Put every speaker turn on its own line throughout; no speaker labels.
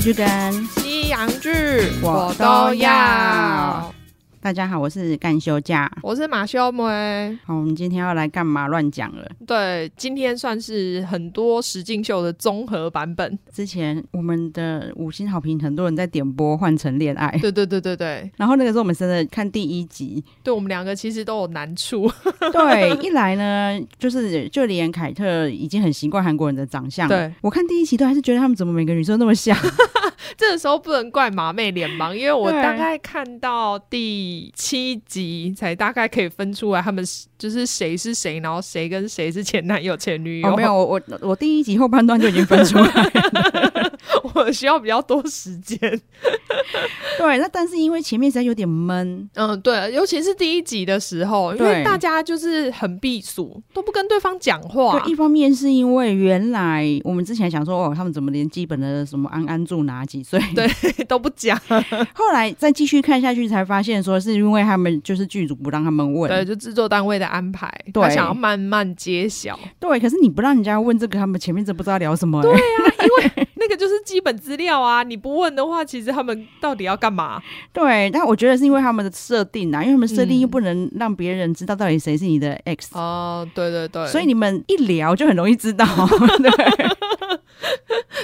剧跟
西洋剧
我都要。大家好，我是干休假。
我是马修梅。
好，我们今天要来干嘛？乱讲了。
对，今天算是很多实境秀的综合版本。
之前我们的五星好评，很多人在点播《换成恋爱》，
对对对对对，
然后那个时候我们真的看第一集，
对我们两个其实都有难处。
对，一来呢，就是就连凯特已经很习惯韩国人的长相，
对，
我看第一集都还是觉得他们怎么每个女生都那么像，
这个时候不能怪马妹脸盲，因为我
对
大概看到第七集才大概可以分出来他们是就是谁是谁，然后谁跟谁是前男友前女友。
哦，没有，，我我我第一集后半段就已经分出来了。
我需要比较多时间。
对，那但是因为前面实在有点闷，
嗯，对，尤其是第一集的时候，因
对
为大家就是很避暑，都不跟对方讲话
对，。一方面是因为原来我们之前想说哦，他们怎么连基本的什么安安住哪几岁，
对都不 讲，
后来再继续看下去才发现说是因为他们就是剧组不让他们问，
对，就制作单位的安排，
对
他想要慢慢 揭晓，
对可是你不让人家问这个，他们前面真不知道聊什么、欸，对
那个就是基本资料啊。你不问的话，其实他们到底要干嘛？
对，但我觉得是因为他们的设定啊，因为他们设定
嗯
又不能让别人知道到底谁是你的 X，、
哦、对对对，
所以你们一聊就很容易知道，对。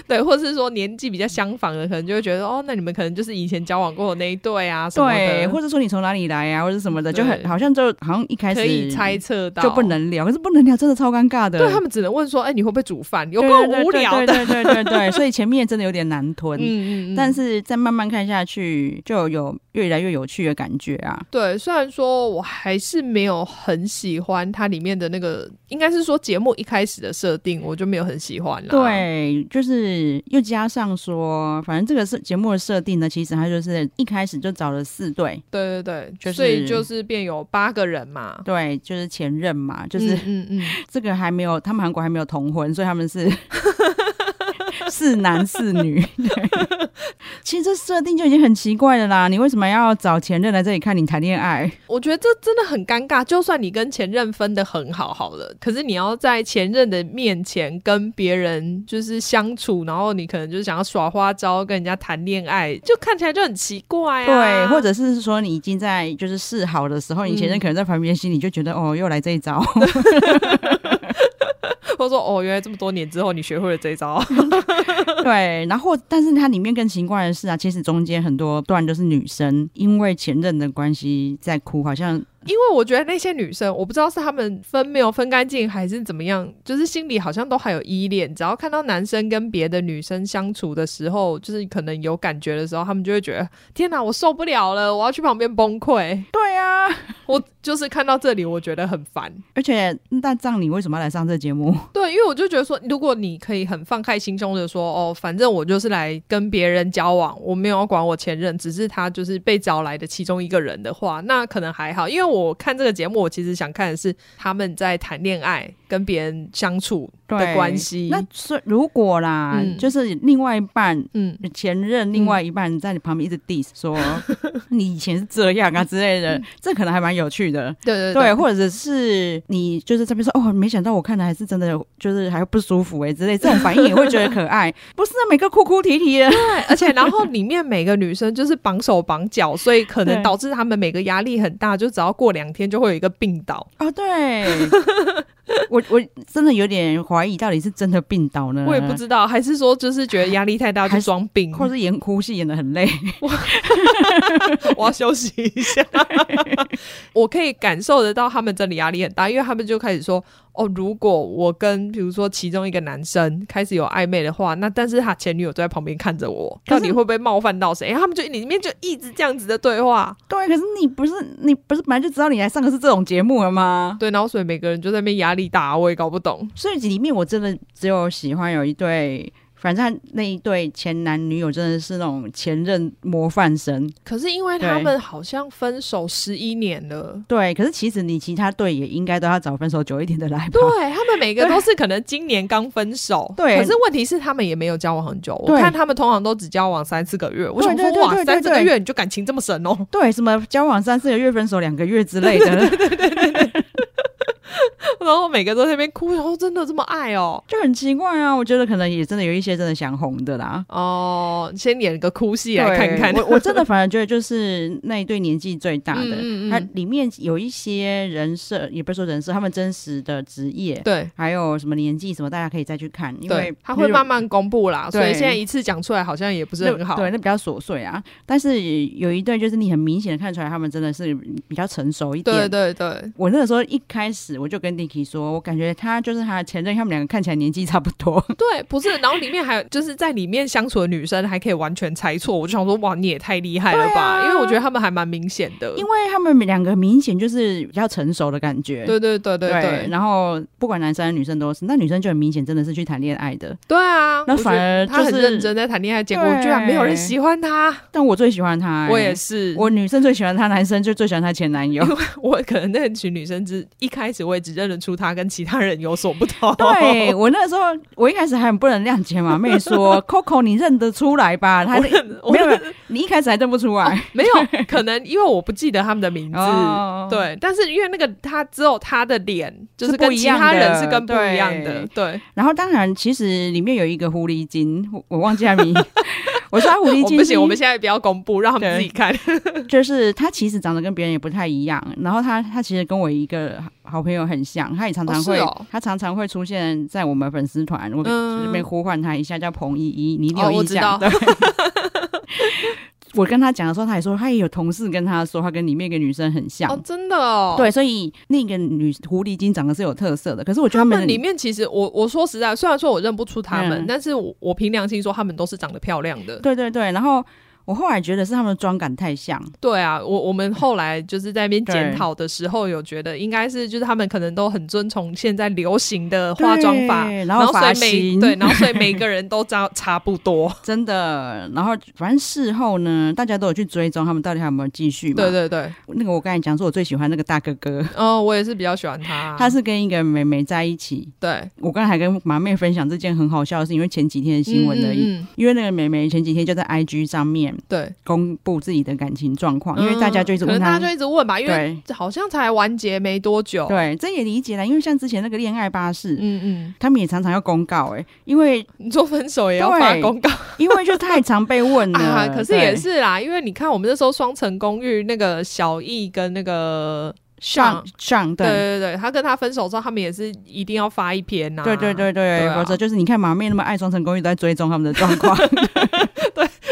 对，或者是说年纪比较相仿的，可能就会觉得哦，那你们可能就是以前交往过的那一对啊，什么
对，
的，
或者说你从哪里来啊，或者什么的，就很
对
好像就好像一开始
可以猜测到
就不。能聊，可是不能聊真的超尴尬的。
对他们只能问说，哎、你会不会煮饭？有
对
够
对
无
对
聊的。
对对对对对，所以前面真的有点难吞。
嗯嗯嗯。
但是再慢慢看下去，就有越来越有趣的感觉啊！
对，虽然说我还是没有很喜欢它里面的那个，应该是说节目一开始的设定，我就没有很喜欢啦。
对，就是又加上说，反正这个是节目的设定呢，其实它就是一开始就找了四对，
对对对，
就是
所以就是变有八个人嘛，
对，就是前任嘛，就是、
嗯嗯嗯，
这个还没有，他们韩国还没有同婚，所以他们 是是男是女。对，其实这设定就已经很奇怪了啦，你为什么要找前任来这里看你谈恋爱？
我觉得这真的很尴尬。就算你跟前任分的很好好了，可是你要在前任的面前跟别人就是相处，然后你可能就是想要耍花招跟人家谈恋爱，就看起来就很奇怪
对，
啊。
或者是说你已经在就是示好的时候，你前任
嗯
可能在旁边心里就觉得、哦，又来这一招。
或者说哦，原来这么多年之后你学会了这一招。
对，然后但是它里面更奇怪的是啊，其实中间很多段都是女生因为前任的关系在哭，好像
因为我觉得那些女生，我不知道是她们分没有分干净，还是怎么样，就是心里好像都还有依恋。只要看到男生跟别的女生相处的时候，就是可能有感觉的时候，她们就会觉得天哪，我受不了了，我要去旁边崩溃。
对啊，
我就是看到这里，我觉得很烦。
而且那葬礼为什么要来上这节目？
对，因为我就觉得说，如果你可以很放开心胸的说，哦，反正我就是来跟别人交往，我没有要管我前任，只是他就是被找来的其中一个人的话，那可能还好。因为我看这个节目，我其实想看的是他们在谈恋爱、跟别人相处
对
的关系。
那是如果啦，
嗯
就是另外一半。
嗯，
前任另外一半在你旁边一直 diss 说、你以前是这样啊之类的，这可能还蛮有趣的。
对对
对，或者是你就是这边说哦，没想到我看的还是真的，就是还不舒服哎、之类，这种反应也会觉得可爱。不是啊，每个哭哭啼啼的，
对， 而且然后里面每个女生就是绑手绑脚，所以可
对
能导致她们每个压力很大，就只要过两天就会有一个病倒。
哦，对， 我我真的有点怀疑，到底是真的病倒呢？
我也不知道，还是说就是觉得压力太大
嗯还
就是装病，
或是演哭戏演的很累，
我要休息一下。 我可以感受得到他们真的压力很大，因为他们就开始说：“哦，如果我跟比如说其中一个男生开始有暧昧的话，那但是他前女友都在旁边看着我，
可
到
是
底会不会冒犯到谁？”他们就里面就一直这样子的对话，
对，可是你不是你不是本来就知道你来上的是这种节目了吗？
对，然后所以每个人就在那边压力大，我也搞不懂。
所以里面我真的只有喜欢有一对，反正那一对前男女友真的是那种前任模范生。
可是因为
对
他们好像分手十一年了。
对，可是其实你其他队也应该都要找分手久一点的来 吧
对。他们每个都是可能今年刚分手，
对
可是问题是他们也没有交往很久，我
对
看他们通常都只交往三四个月。我想
对
说，
对对
哇
对，
三四个
对
月你就感情这么深哦？
对，什么交往三四个月，分手两个月之类的，
我然后每个都在那边哭，然后真的这么爱哦。
就很奇怪啊。我觉得可能也真的有一些真的想红的啦。
哦，先演个哭戏来看看。
对我我真的反而觉得就是那一对年纪最大的，
嗯嗯嗯
它里面有一些人设，也不是说人设，他们真实的职业，
对
还有什么年纪什么，大家可以再去看，因为
对，他会慢慢公布啦，所以
对
现在一次讲出来好像也不是很好。
对，那比较琐碎啊。但是有一对就是你很明显的看出来，他们真的是比较成熟一点。
对 对对，
我那个时候一开始我就跟 Dicky 说，我感觉他就是他的前任，他们两个看起来年纪差不 多。
对，不是，然后里面还有就是在里面相处的女生还可以完全猜错，我就想说哇，你也太厉害了吧，因为我觉得他们还蛮明显的。
啊因为他们两个明显就是比较成熟的感觉。
对对对对
对
对
然后不管男生女生都是，那女生就很明显真的是去谈恋爱的。
对啊，
那
我觉
反而
得他
就
很
是
认真在谈恋爱，结果
对
居然没有人喜欢他。
但我最喜欢他、欸
我也是，我
我女生最喜欢他，男生就最喜欢他前男友。
我可能那群女生只一开始我也只认得出他跟其他人有所不同。
对我那时候，我一开始还很不能谅解嘛，妹 说 Coco 你认得出来吧？他没
我
有，没有你一开始还认不出来。
没有，可能因为我不记得他们的名字。
哦，
对，但是因为那个他只有他的脸，就是
是
跟
不一
其
样
他
的
人是跟不一样的。
对
对，
然后当然，其实里面有一个狐狸精，我我忘记他 名，我说他狐狸
我
精
哦不行，
是
我们现在不要公布，让他们自己看。
就是他其实长得跟别人也不太一样，然后他他其实跟我一个好朋友很像，他也常常
哦是
会、
哦
他常常会出现在我们粉丝团，我
嗯
这边呼唤他一下，叫彭依依，你一定
哦
有
我
印
知
象。
道
对 我跟他讲的时候，他也说他也有同事跟他说，他跟里面一个女生很像。
哦，真的哦。
对，所以那个女狐狸精长得是有特色的，可是我觉得他
他
们
们里面其实我我说实在，虽然说我认不出他们，
嗯
但是我我凭良心说，他们都是长得漂亮的。
对对对，然后我后来觉得是他们的妆感太像，
对啊，我我们后来就是在那边
对
检讨的时候，有觉得应该是就是他们可能都很遵从现在流行的化妆法，
对
然
然后
所
发
以每
型，
对，然后所以 每个人都差差不多。
真的，然后反正事后呢，大家都有去追踪他们到底还有没有继续嘛。
对，对对，
那个我刚才讲说，我最喜欢那个大哥哥，
哦，我也是比较喜欢他，
他是跟一个妹妹在一起。
对
我刚才还跟马妹分享这件很好笑的事，因为前几天的新闻而已。
嗯嗯嗯
因为那个妹妹前几天就在 IG 上面
对，
公布自己的感情状哦况，因为大家就一直
嗯可
问
能大
她，
家就一直问吧，因为
对
好像才完结没多久。
对，这也理解了，因为像之前那个恋爱巴士，
嗯嗯，
他们也常常要公告、欸，哎，因为
你说分手也要
对
发公告
因为就太常被问了，
啊？可是
对
也是啦，因为你看我们那时候《双城公寓》那个小易跟那个
上上
对
对
对对，他跟他分手之后，他们也是一定要发一篇呐、
对对对对，
对啊
否则就是你看马妹那么爱双城公寓，都在追踪他们的状 况。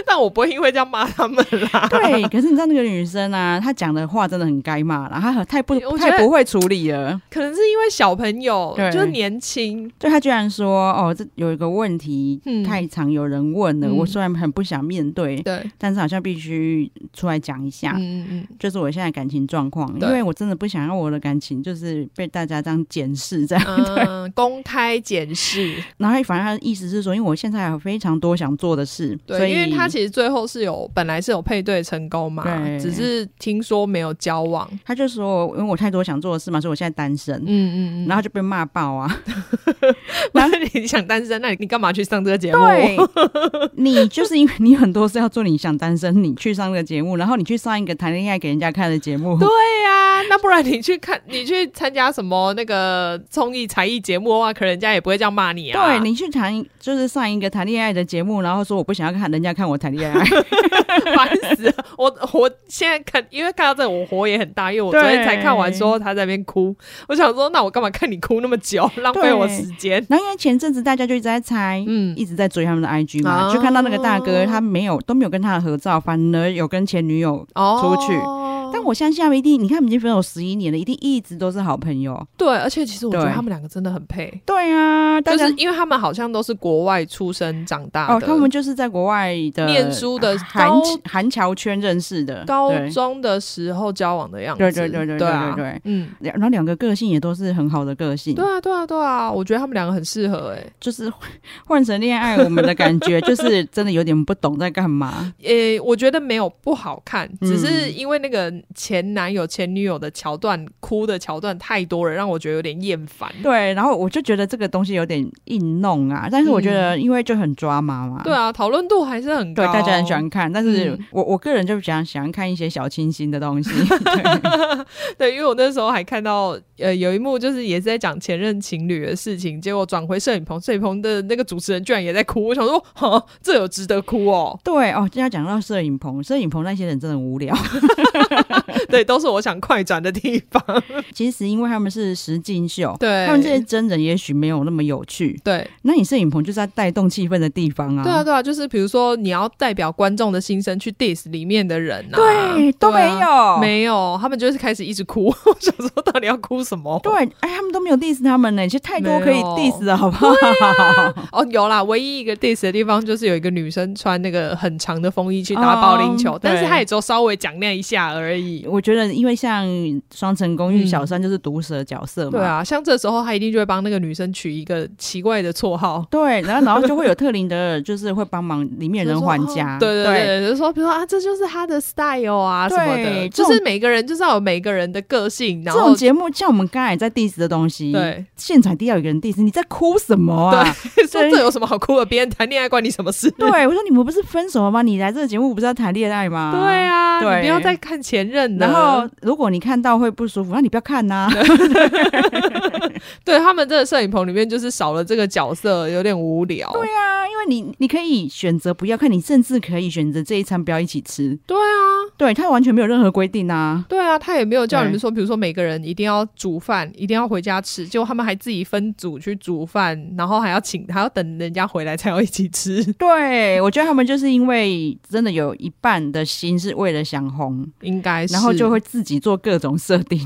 但我不会因为这样骂他们啦。
对，可是你知道那个女生啊，她讲的话真的很该骂啦，她很太不
我觉得
太不会处理 了。
可能是因为小朋友
对
就是年轻，
就她居然说：“哦，这有一个问题
嗯，
太常有人问了，
嗯
我虽然很不想面对，
对，
但是好像必须出来讲一下。
嗯嗯
就是我现在感情状况，因
对
为我真的不想要我的感情就是被大家这样检视这样。
嗯嗯，公开检视，
然后反正她的意思是说，因为我现在还有非常多想做的事，所
对，
以
因为他其实最后是有本来是有配对成功嘛，
对
只是听说没有交往，
她就说，因为我太多想做的事嘛，所以我现在单身。
嗯嗯
然后就被骂爆啊！
然后 你想单身，那你你干嘛去上这个节目？
对， 你就是因为你很多事要做，你想单身，你去上这个节目，然后你去上一个谈恋爱给人家看的节目，
对啊呀、那不然你去看，你去参加什么那个综艺才艺节目的话，可能人家也不会这样骂你啊。
对你去谈就是上一个谈恋爱的节目，然后说我不想要看人家看我谈恋 爱，
烦死了！我我现在看，因为看到这个，我火也很大，因为我昨天
对
才看完之后，他在那边哭，我想说，那我干嘛看你哭那么 久，浪费
对
我时间？
然后因为前阵子大家就一直在猜。
嗯，
一直在追他们的 IG 嘛，
哦
就看到那个大哥，他没有都没有跟他的合照，反而有跟前女友。
哦，
出去但我相信他们一定，你看他们已经分手十一年了，一定一直都是好朋友。
对，而且其实我觉得
对
他们两个真的很配，
对啊，大
就
家
是因为他们好像都是国外出生长大的，
哦，他们就是在国外的
念书的
韩
高
韩侨圈认识的，
高
对
中的时候交往的样子，
对对对对对
啊
对对
嗯。
两然后两个个性也都是很好的个性
对，啊，对啊，对啊！我觉得他们两个很适合哎、
就是换换成恋爱，我们的感觉就是真的有点不懂在干嘛。嗯
诶、我觉得没有不好看，只是因为那个前男友、前女友的桥段、哭的桥段太多了，让我觉得有点厌烦。
对，然后我就觉得这个东西有点硬弄啊，但是我觉得因为就很抓妈嘛，
嗯对啊，讨论度还是很高，
对，大家很喜欢看，但是
嗯
我我个人就比较喜欢看一些小清新的东 西。
对，因为我那时候还看到，呃，有一幕就是也是在讲前任情侣的事情，结果转回摄影棚，摄影棚的那个主持人居然也在哭，我想说，哈，这有值得 哭哦？
对哦，今天讲到摄影棚，摄影棚那些人真的很无聊。
对，都是我想快转的地 方。
其实因为他们是实境秀，
对
他们这些真人也许没有那么有趣。
对，
那你摄影棚就是在带动气氛的地方啊。
对啊，对啊，就是比如说你要代表观众的心声去 diss 里面的人啊，
对都
对啊
没有
没有，他们就是开始一直哭， 我想说到底要哭什么？
对，哎，他们都没有 diss 他们呢，其实太多可以
没有
diss 的好不好？
哦，有啦，唯一一个 diss 的地方就是有一个女生穿那个很长的风衣去打保龄球，
哦
但是
对
她也只有稍微讲那一下而已。
我觉得，因为像《双城公寓》小三就是毒舌角色嘛，
嗯对啊，像这时候她一定就会帮那个女生取一个奇怪的绰号。
对，然后然后就会有特林德尔，就是会帮忙里面人还家，
哦 对对
对
对，就是说，比如说啊，这就是她的 style 啊什么的，
对
就
这
是
种
每个人就是要有每个人的个性，然
这种
后
节目像我们刚才在 diss 的东西，
对，
现场一定要有一个人 diss，你在哭什么啊？
说这有什么好哭的？别人谈恋爱关你什么事？
对，我说你们不是分手了吗？你来这个节目不是要谈恋爱吗？
对。啊，
对
你不要再看前任了。
然后，如果你看到会不舒服，那你不要看啊呐、
对他们这个摄影棚里面就是少了这个角色，有点无聊。
对啊，因为你你可以选择不要看，你甚至可以选择这一餐不要一起吃。
对啊，
对，它完全没有任何规定啊。
对啊，他也没有叫
对
你们说，比如说每个人一定要煮饭，一定要回家吃，结果他们还自己分组去煮饭，然后还要请，还要等人家回来才要一起吃，
对，我觉得他们就是因为真的有一半的心是为了想红，
应该是。
然后就会自己做各种设定。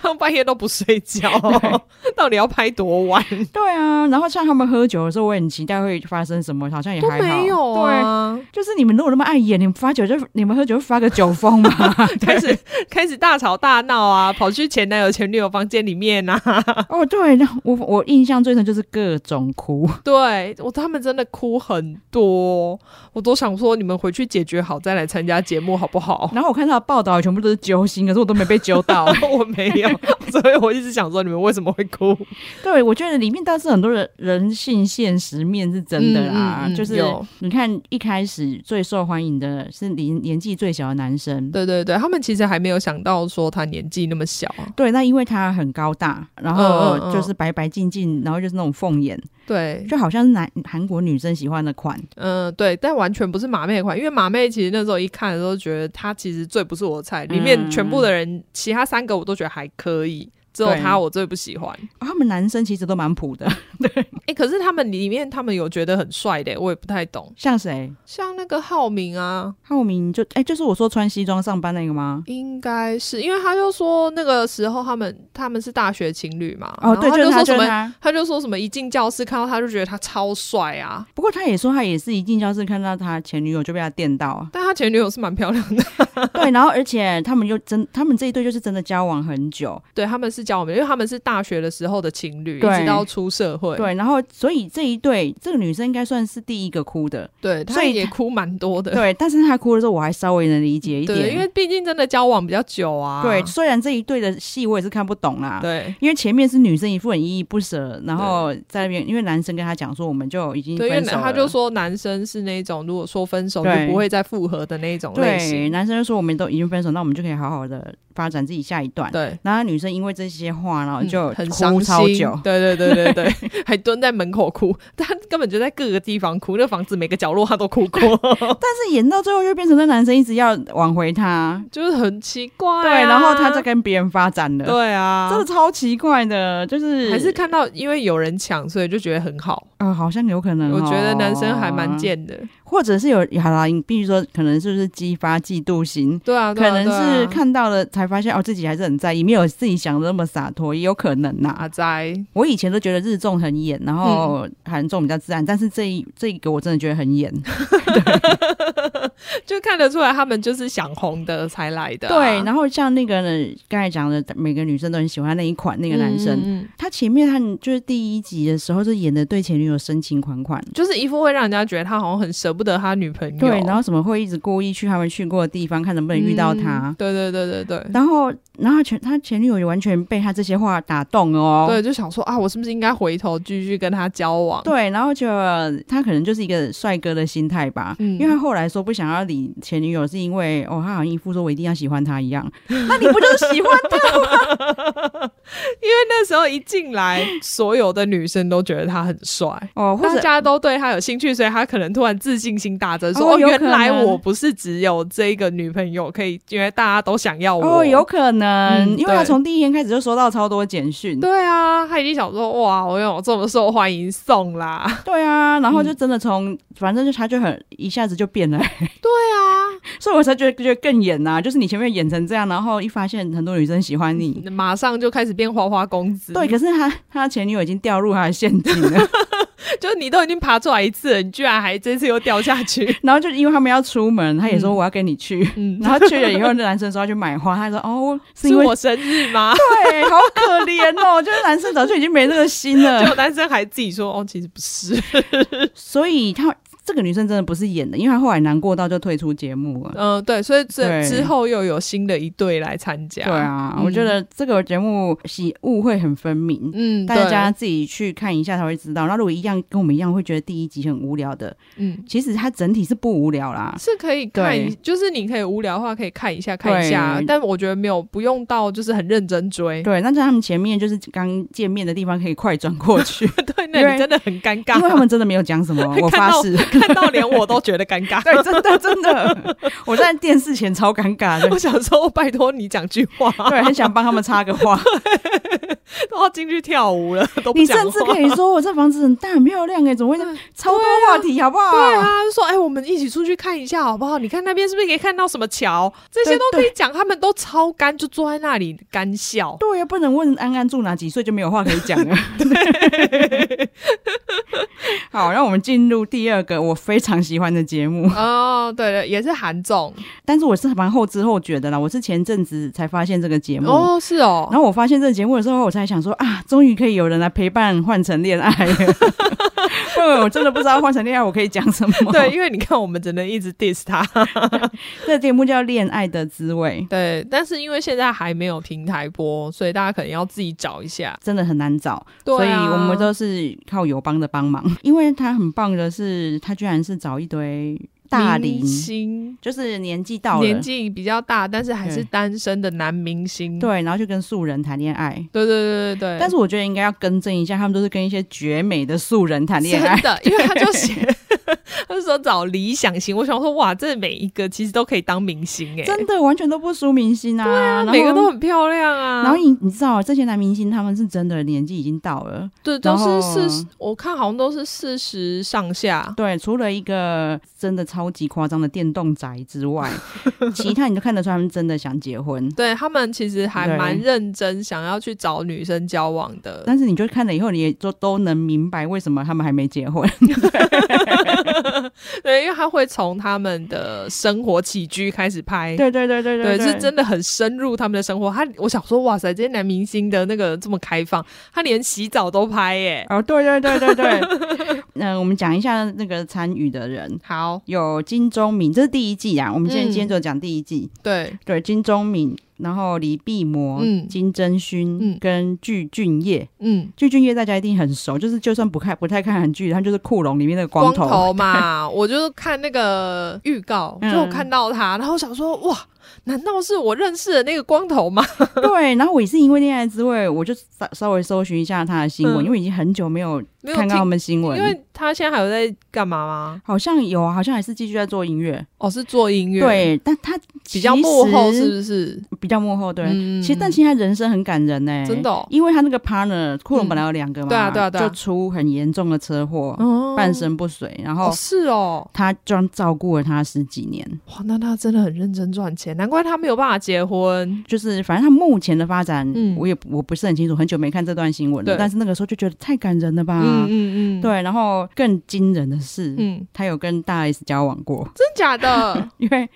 他 们半夜都不睡觉， 到底要拍多晚？
对啊，然后像他们喝酒的时候，我也很期待会发生什么，好像也
都
还好。
没有啊。
对，就是你们如果那么爱演，你们发酒就你们喝酒就发个酒疯嘛。
开始 开始大吵大闹啊，跑去前男友前女友房间里面啊，
哦，对，那我我印象最深就是各种哭。
对我他们真的哭很多，我都想说你们回去解决好再来参加节目好不好？
然后我看到的报道全部都是揪心，可是我都没被揪到。
我没有，所以我一直想说你们为什么会哭？
对，我觉得里面倒是很多人人性现实面是 真的啦，
嗯嗯嗯
就是
有
你看一开始最受欢迎的是年年纪最小的男生。
对对对，他们其实还没有想到说他年纪那么小啊。
对，那因为他很高大，然
嗯
后
嗯嗯
就是白白净净，然后就是那种凤眼，
对，
就好像是男韩国女生喜欢的款。
嗯、对，但完全不是马妹款，因为马妹其实那时候一看的时候觉得她其实最不是我的菜，里面全部的人，其他三个我都觉得还可以，只有
嗯对
她我最不喜欢。
哦他们男生其实都蛮普的，
哎、可是他们里面他们有觉得很帅的，我也不太懂。
像谁？
像那个浩明啊，
浩明就哎、就是我说穿西装上班那个吗？
应该是因为他就说那个时候他们他们是大学情侣嘛，
哦，对，
然后
就是
就
他，
说
就
什
是
么。
他。
他就说什么一进教室看到他就觉得他超帅啊，。
不过他也说，他也是一进教室看到他前女友就被他电到啊
但他前女友是蛮漂亮的，
对，然后而且他们又真，他们这一对就是真的交往很久。
对他们是交往的，因为他们是大学的时候的情侣，一
对
直到出社会，
对，然后所以这一对，这个女生应该算是第一个哭的。
对，他
所以
也
他
哭蛮多的，
对，但是她哭的时候，我还稍微能理解一点，
对，因为毕竟真的交往比较久啊，
对，虽然这一对的戏我也是看不懂啦。
对
因为前面是女生一副很依依不舍，然后在那边，因为男生跟她讲说，我们就已经
对，因为
分手了。
他就说男生是那种如果说分手就
对
不会再复合的那种类
对，
型，
男生就说我们都已经分手，那我们就可以好好的发展自己下一段。
对，
然后女生因为这些话，然后
嗯
就
很
哭
伤
超
心
久。，
对对对对对， 还蹲在门口哭，他根本就在各个地方哭，那个房子每个角落他都 哭过，
但是演到最后就变成那男生一直要挽回她，
就是很奇怪啊、
对，然后她在跟别人发展了，
对啊，
真的超奇怪的，就是
还是看到因为有人抢，所以就觉得很好。
啊、好像有可能、哦
我觉得男生还蛮，贱的，
或者是有好啦，你必须说可能是不是激发嫉妒心，
对啊，
可
对啊
能
对啊
是看到了才才发现哦，自己还是很在意，没有自己想的那么洒脱，也有可能呐、
阿哉，
我以前都觉得日综很演，然后
嗯
韩综比较自然，但是这一这一个我真的觉得很演。
就看得出来他们就是想红的才来的啊、
对，然后像那个呢，刚才讲的，每个女生都很喜欢那一款那个男生，
嗯嗯嗯
他前面他就是第一集的时候，就演的对前女友深情款款。
就是一副会让人家觉得他好像很舍不得他女朋友，
对，然后怎么会一直故意去他们去过的地方，看能不能遇到他？
嗯对对对对对。
然后，然后他前他前女友也完全被他这些话打动哦。
对，就想说啊，我是不是应该回头继续跟他交往？
对，然后就他可能就是一个帅哥的心态吧，
嗯
因为他后来说不想要理前女友，是因为哦，他好像一副说我一定要喜欢他一 样。那你不就是喜欢他？
那时候一进来，所有的女生都觉得他很帅。
哦，或
大
者
家都对他有兴趣，所以他可能突然自信心大增，说：“
哦
哦，
有可
原
能
来我不是只有这个女朋友可以，因为大家都想要我。”
哦，有可能，
嗯
因为他
对
从第一天开始就收到超多简讯，
对啊，他已经想说：“哇，我有这么受欢迎，送啦
对啊，然后就真的从、反正就他就很一下子就变了，！”
对啊，
所以我才觉得觉得更演呐、就是你前面演成这样，然后一发现很多女生喜欢你。
马上就开始变花花公子。
对，可是他他前女友已经掉入他的陷阱了，
就是你都已经爬出来一次了，你居然还这次又掉下去。
然后就因为他们要出门，他也说我要跟你去，
嗯，
然后去了以后，那男生说要去买花，他说哦，是
是
因为
我生日吗？
对，好可怜哦， 就是男生早就已经没这个心
结
了，
果男生还自己说：“哦，其实不是。
所以他这个女生真的不是演的，因为她后来难过到就退出节目”了。
嗯，对，所以这
对
之后又有新的一对来参加。
对啊，
嗯
我觉得这个节目喜恶会很分明。
嗯，
大家
对
自己去看一下才会知道。那如果一样跟我们一样会觉得第一集很无聊的，
嗯。
其实它整体是不无聊啦。
是可以看一
对，
就是你可以无聊的话可以看一下看一下
对，
但我觉得没有不用到就是很认 真追，
对，那在他们前面就是刚见面的地方可以快转过 去，
对，
因
那
为
你真的很尴尬，
因为他们真的没有讲什么，我发
看到
誓。
看到连我都觉得尴尬。
对，真的真的，我在电视前超尴尬的
我，想说，拜托你讲句话，
对，很想帮他们插个话。
都要进去跳舞了，都不
你
讲
甚至
话啊
可以说我这房子很大很漂亮哎、怎么会这样？超多话题好不好？
对啊，就说哎、我们一起出去看一下好不好？你看那边是不是可以看到什么桥？这些都可以讲，他们都超干，就坐在那里干笑。
对呀，不能问安安住哪几岁就没有话可以讲了。 好，让我们进入第二个我非常喜欢的节目，
哦，对了，也是韩总
但是我是蛮后知后觉的啦，我是前阵子才发现这个节目。
哦，是哦，
然后我发现这个节目的时候，我才想说啊，终于可以有人来陪伴换成恋爱 了。因为我真的不知道换成恋爱我可以讲什么。
对，，因为你看我们只能一直 diss 他，
这个节目叫《恋爱的滋味
对，但是因为现在还没有平台播，所以大家可能要自己找一下》，，
真的很难找。
对、啊
所以我们。都是靠友邦的帮忙， 因为他很棒的是，他居然是找一堆大龄
明，星
就是年纪到了，
年纪比较大，但是还是单身的男明星。
对，然后就跟素人谈恋爱。
对对对对对，
但是我觉得应该要更正一下，他们都是跟一些绝美的素人谈恋爱
真。的，因为 他就写，他就说找理想型。我想说，哇，这每一个其实都可以当明星哎、
真的完全都不输明星啊！对啊
每个都。很漂亮啊。
然后你你知道这些男明星他们是真的年纪已经到了，
对，都
然后
是四十，我看好像都是四十上下。
对，除了一个真的超级夸张的电动宅之 外，其他你都看得出他们真的想结婚。
对他们其实还
对
蛮认真，想要去找女生交往的。
但是你就看了以后，你也就都能明白为什么他们还没结婚。
对，因为他会从他们的生活起居开始拍。
对对对对
对，
对，
是真的很深入他们的生活。他，我想说，哇塞，这些男明星的那个这么开放，他连洗澡都拍欸耶。
哦，对对对对对。嗯、我们讲一下 那个参与的人。
好，
有金钟敏，这是第一季啊。我们今天、
嗯
今天就讲第一季，
对，
对金钟敏，然后李碧魔、
嗯
金真勋、
嗯
跟具俊晔。
嗯，
具俊晔大家一定很熟，就是就算不看不太看韩剧，他就是《库龙》里面那个
光
头。
嘛， 我就是看那个预告，就
嗯
有看到他，然后想说，哇，难道是我认识的那个光头吗？
对，然后我也是因为《恋爱滋味》，我就稍稍微搜寻一下他的新闻，
嗯
因为已经很久没有
没有
看到他
听，
们新闻，
因为他现在还有在干嘛吗？
好像有啊，好像还是继续在做音乐。
哦，是做音乐，，
对，但他
比较幕后
其实
是不是？
比较幕后，对。
嗯
其实，但现在人生很感人呢、欸
真的哦
因为他那个 partner 库龙本来有两个嘛，
对啊对啊对啊
就出很严重的车祸，
哦
半身不遂，然后
哦是哦，
他这样照顾了他十几年，
哇，那他真的很认真赚钱解，难怪他没有办法结婚。
就是反正他目前的发展，
嗯
我也我不是很清楚，很久没看这段新闻了。
对
但是那个时候就觉得太感人了吧？
嗯嗯嗯，，
对，然后更惊人的是，
嗯，
他有跟大 S 交往过，
真假的？
因为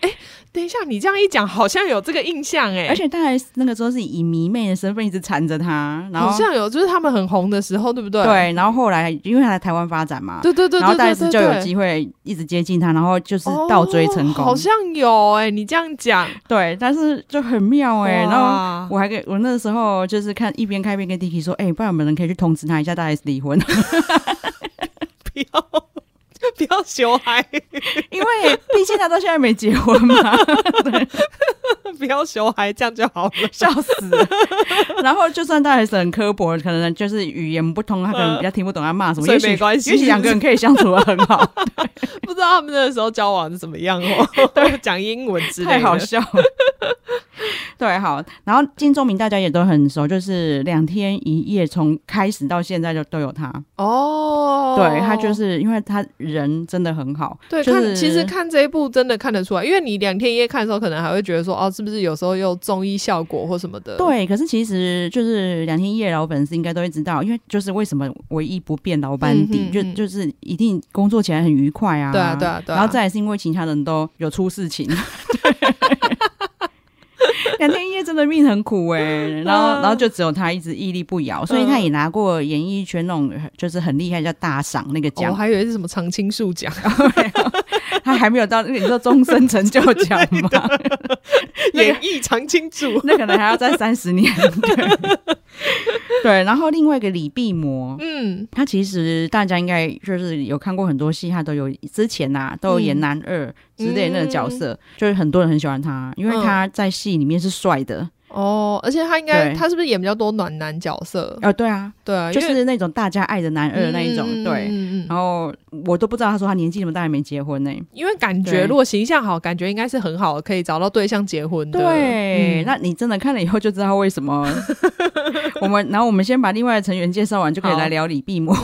等一下，你这样一讲，好像有这个印象哎、
而且大 S 那个时候是以迷妹的身份一直缠着他，然
好
后
像有，就是他们很红的时候，对不对？
对，然后后来因为他来台湾发展嘛，
对对对对对对
然后大 S 就有
对
机会一直接近他，然后就是倒追成功，
哦好像有哎、你这样 讲，
对，但是就很妙哎、然后。
哇
我还跟我那时候就是看一边开一边跟 Dicky 说，哎、不然我们人可以去通知他一下大 S 离婚，
不要 不要羞孩，
因为毕竟他到现在没结婚嘛，
不要羞孩，这样就 好了。
笑死了。然后就算大 S 很刻薄，可能就是语言不通，他可能比较听不懂他骂什么，
所以
也许
没关系
也许两个人可以相处的很好，
不知道他们那个时候交往是怎么 样 哦，讲英文之类的。
太好笑 了。对，好，然后金钟明大家也都很熟，就是两天一夜，从开始到现在就都有他。
哦，
对他就是因为他人真的很好，
对，
就是
看其实看这一部真的看得出来，因为你两天一夜看的时候，可能还会觉得说，哦，是不是有时候又综艺效果或什么的？，
对，可是其实就是两天一夜老粉丝应该都会知道，因为就是为什么唯一不变老班底，
嗯嗯嗯
就就是一定工作起来很愉快啊。
对啊对啊对啊
然后再来是因为其他人都有出事情。 两天一夜真的命很苦哎、然
嗯
后然后就只有他一直屹立不摇，所以他也拿过演艺圈那种就是很厉害叫大赏那个
哦、
奖
我，还以为是什么常青树 奖，
他还没有到那个你说终身成就奖 吗？那个
演绎常青树。
那可能还要再三十年。对对，然后另外一个李碧魔，
嗯，
他其实大家应该就是有看过很多戏，他都有之前呐、都有演男二之类的那个角色，
嗯
就是很多人很喜欢他，因为他在戏里面是帅的。
哦，而且他应该
对
他是不是演比较多暖男角色？
哦，对啊，
对啊，
就
因为
是那种大家爱的男二那一种，
嗯
对。
嗯嗯嗯
然后我都不知道，他说他年纪那么大还没结婚呢、
因为感
对
觉如果形象好，感觉应该是很好的，可以找到对象结婚的。
对，
嗯
那你真的看了以后就知道为什么。 我们然后我们先把另外的成员介绍完，就可以
好
来聊李碧魔。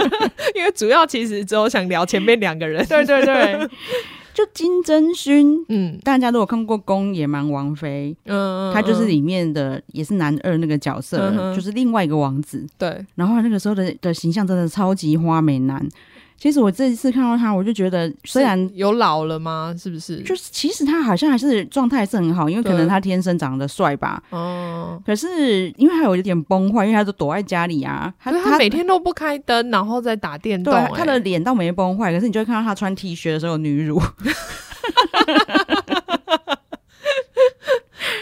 因为主要其实只有想聊前面两个人。
对对 对， 就金真勋，
嗯
大家都有看过《宫野蛮王妃》，
嗯，
他就是
嗯
里面的也是男二那个角色，
嗯哼
就是另外一个王子。
对，
然后他那个时候的的形象真的超级花美男。其实我这一次看到他，我就觉得虽然
是。有老了吗？是不是？
就是，其实他好像还是状态还是很好，因为可
对
能他天生长得帅吧。
哦，
可是因为他有一点崩坏，因为他都躲在家里啊。他
对他每天都不开灯，然后再打电动、
对啊
欸
他的脸倒没崩坏，可是你就会看到他穿 T 恤的时候有女乳。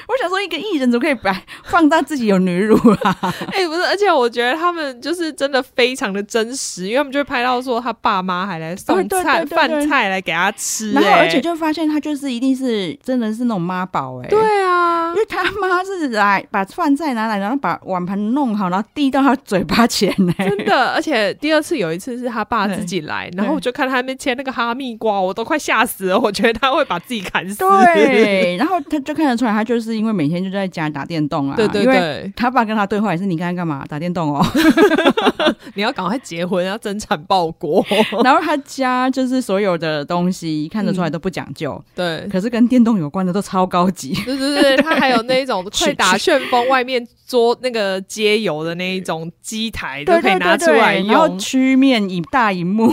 我想说，一个艺人怎么可以摆放大自己有女乳啊？
哎、不是，而且我觉得他们就是真的非常的真实，因为他们就会拍到说他爸妈还来
哦
送
对
菜
对对
饭、
对
菜来给他吃、欸，
然后而且就发现他就是一定是真的是那种妈宝哎、
对啊
因，为他妈是来把饭菜拿来，然后把碗盘弄好，然后递到他嘴巴前呢、
真的，而且第二次有一次是他爸
对
自己来，
对
然后我就看他那边切那个哈密瓜，我都快吓死了，我觉得他会把自己砍 死。
对，然后他就看得出来，他就是因为每天就在家打电动啊，
对对
因为
对，
他爸跟他对话也是，你刚才干嘛打电动哦？
你要赶快结婚，要争产报国。
然后他家就是所有的东西看得出来
嗯
都不讲究，
对，
可是跟电动有关的都超高级。
对对对，他还有那一种快打旋风外面桌那个接油的那一种 机台都可以拿出来
然后
用。
曲面以大荧 幕，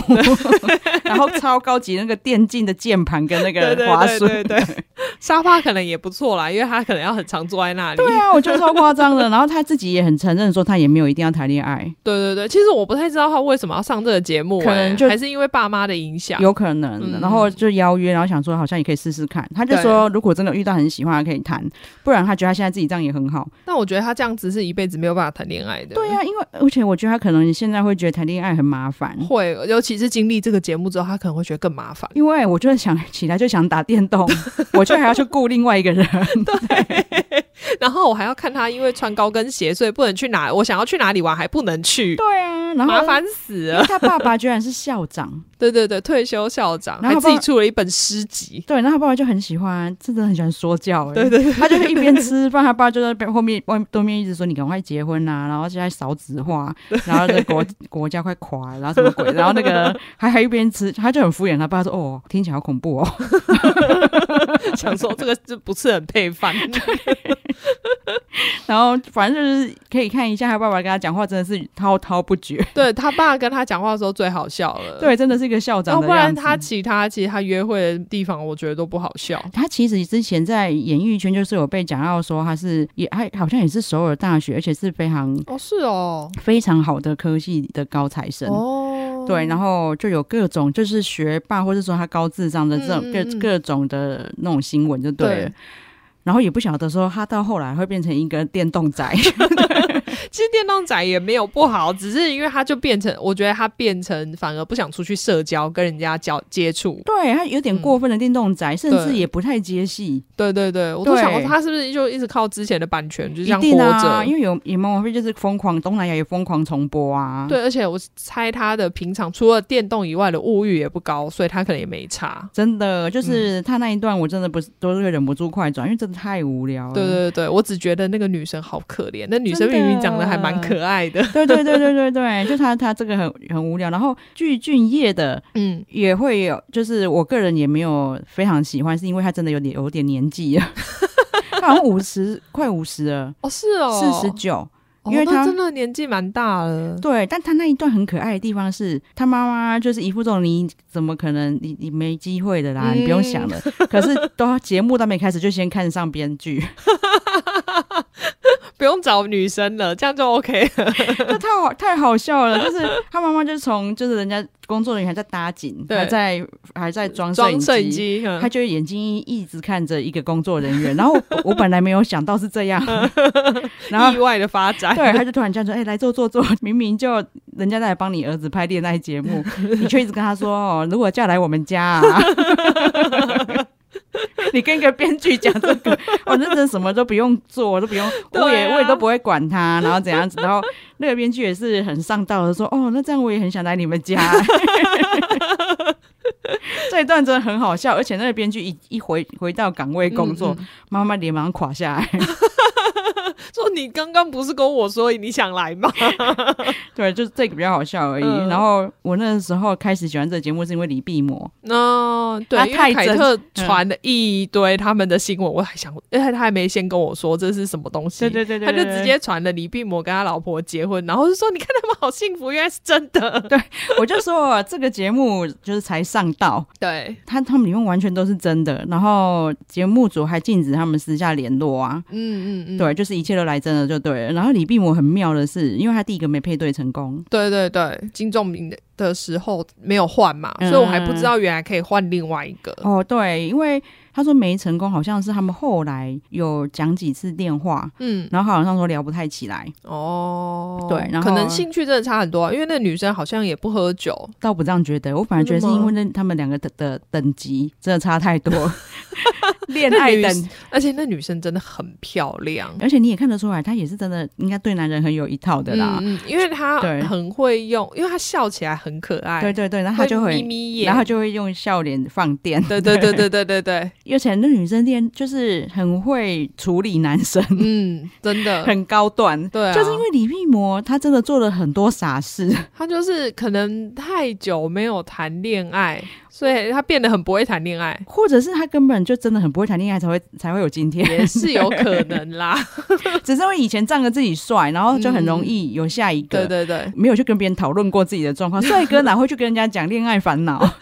然后超高级那个电竞的键盘跟那
对
个
对
滑
对
鼠，
对对，对沙发可能也不错啦，因为他可能要很常坐在那里。
对啊，我觉得超夸张的。 然后他自己也很承认说，他也没有一定要谈恋爱，
对对对，其实我不太知道他为什么要上这个节目、欸，
可能就
还是因为爸妈的影响。
有可能。
嗯
然后就邀约，然后想说好像也可以试试看。他就
对
说，如果真的遇到很喜欢，可以谈；不然他觉得他现在自己这样也很好。
但我觉得他这样子是一辈子没有办法谈恋爱的。
对啊，因为而且我觉得他可能现在会觉得谈恋爱很麻 烦。
会，尤其是经历这个节目之后，他可能会觉得更麻烦。
因为我就是想起来就想打电 动，我就还要去雇另外一个人。
然后我还要看他，因为穿高跟鞋，所以不能去哪，我想要去哪里玩还不能 去，
对啊，然后
麻烦死
因
了
为。他爸爸居然是校长，
对对对，退休校长，
然
还
后他
自己
爸
出了一本诗集。
对，然后他爸爸就很喜欢，真的很喜欢说教、欸。
对对对，
他就是一边吃饭，他爸就在边后面外对面一直说你赶快结婚啊，然后现在少子化，然后这国国家快垮了，然后什么鬼，然后那个还还一边吃，他就很敷衍，他爸说哦，听起来好恐怖哦，
想说这个这不是很 配饭。
然后反正就是可以看一下他爸爸跟他讲话，真的是滔滔不绝。
对他爸跟他讲话的时候最好笑了，
对，真的是一个校
要
长的
呃哦不然
样子。
他其他其他约会的地方，我觉得都不好笑。
他其实之前在演艺圈就是有被讲到说他是也还好像也是首尔大学，而且是非常
哦，是哦，
非常好的科系的高材生。
哦，
对，然后就有各种就是学霸，或者说他高智商的这种
嗯嗯
各、
嗯
各种的那种新闻就对了。
对
然后也不晓得说他到后来会变成一个电动宅，
其实电动仔也没有不好，只是因为他就变成，我觉得他变成反而不想出去社交，跟人家交接触。
对他有点过分的电动宅，甚至
嗯对
也不太接戏，
对对对，我都想说
对
他是不是就一直靠之前的版权，就
一
这样活
定
着。
啊，因为有有毛飞就是疯狂东南亚也疯狂重播啊，
对，而且我猜他的平常除了电动以外的物欲也不高，所以他可能也没差。
真的
嗯
就是他那一段我真的不是都会忍不住快转，因为真的太无聊了。
对对对，我只觉得那个女生好可怜，那女生
哦真的
明明长得还蛮可爱 的。
对对对对对对，就他他这个很很无聊，然后具俊晔的
嗯，
也会有，就是我个人也没有非常喜欢，是因为他真的有点有点年纪 了，他好像五十快五十了，
哦是哦，
四十九。
哦，
因为
那
他
真的年纪蛮大了。
对，但他那一段很可爱的地方是，他妈妈就是一副这种你怎么可能你你没机会的啦，
嗯
你不用想了。可是都节目都没开始就先看上编 剧，
不用找女生了，这样就 OK 了。
这太好太好笑了。就是他妈妈就是从就是人家工作人员还在搭景，
对
还在还在装摄
装摄
影
影
机。
机，嗯
他就眼睛一直看着一个工作人员，然后我我本来没有想到是这样， 然
意
后
外的发展。
对，他就突然这样说：“哎、来坐坐坐。”明明就人家在帮你儿子拍恋爱节目，你却一直跟他说：“哦，如果嫁来我们家、啊。” 你跟一个编剧讲这个，我、哦、那真的什么都不用做，我都不用，
对啊
我也我也都不会管他，然后怎样子，然后那个编剧也是很上道的说，哦，那这样我也很想来你们家。 这一段真的很好笑，而且那个编剧一一回回到岗位工作，
嗯
妈妈脸马上垮下来。
说你刚刚不是跟我说你想来 吗？
对，就是这个比较好笑而已。
嗯
然后我那时候开始喜欢这个节目，是因为李碧魔，
那、哦对，
他
因为
太
凯
真嗯
特传了一堆他们的新闻，我还想，因为他还没先跟我说这是什么东西，
对对对对
他就
对对
直接传了李碧魔跟他老婆结婚，然后就说你看他们好幸福，原来是真的。对
我就说啊这个节目就是才上道，
对，
他他们里面完全都是真的。然后节目组还禁止他们私下联络啊，
嗯嗯嗯，
对，就是一切都来真的就对了。然后李碧魔很妙的是，因为他第一个没配对成功，
对对对，金钟明的时候没有换嘛，
嗯
所以我还不知道原来可以换另外一个。
哦，对，因为他说没成功，好像是他们后来有讲几次电话。
嗯，
然后好像说聊不太起来，
哦，
对然后
可能兴趣真的差很多啊、因为那女生好像也不喝酒，
倒不这样觉得，我反而觉得是
真的
因
吗
为那他们两个的的等级真的差太 多，恋爱
那
等
女而且那女生真的很漂亮。
而且你也看得出来，他也是真的应该对男人很有一套的啦。
嗯，嗯因为她
对
很会用，因为她笑起来很可爱，
对对对，然后他就
眯
会，
眯眼，
然后就会用笑脸放电。
对对 对对对对对，
而且那女生店就是很会处理男生，
嗯，真的，
很高端。
对啊
就是因为李碧魔她真的做了很多傻 事，
她就是可能太久没有谈恋爱，所以她变得很不会谈恋 爱，
或者是她根本就真的很不会谈恋爱，才会才会有今天。
也是有可能啦。
只是因为以前仗着自己帅，然后就很容
嗯
易有下一个。
对对对，
没有去跟别人讨论过自己的状 况，帅哥哪会去跟人家讲恋爱烦恼？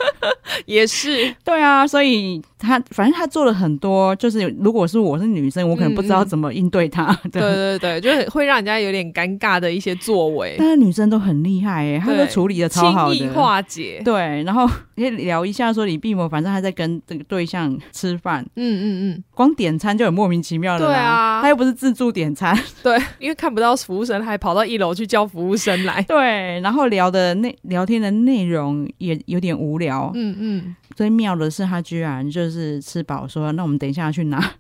也是，
对啊，所以他反正他做了很多，就是如果是我是女生，我可能不知道怎么应对他。
嗯对
对，
对对，就是会让人家有点尴尬的一些作为，
但是女生都很厉害耶、欸，她
对
都处理的超好
轻易
的。
化解。
对，然后 可以聊一下说李碧魔，反正他在跟这个对象吃饭，
嗯嗯嗯，
光点餐就很莫名其妙了啦。
对啊
他又不是自助点餐。
对，因为看不到服务生，还跑到一楼去叫服务生来。
对，然后聊的内聊天的内容也有点无聊。
嗯嗯。
最妙的是，他居然就是吃饱说，那我们等一下去拿。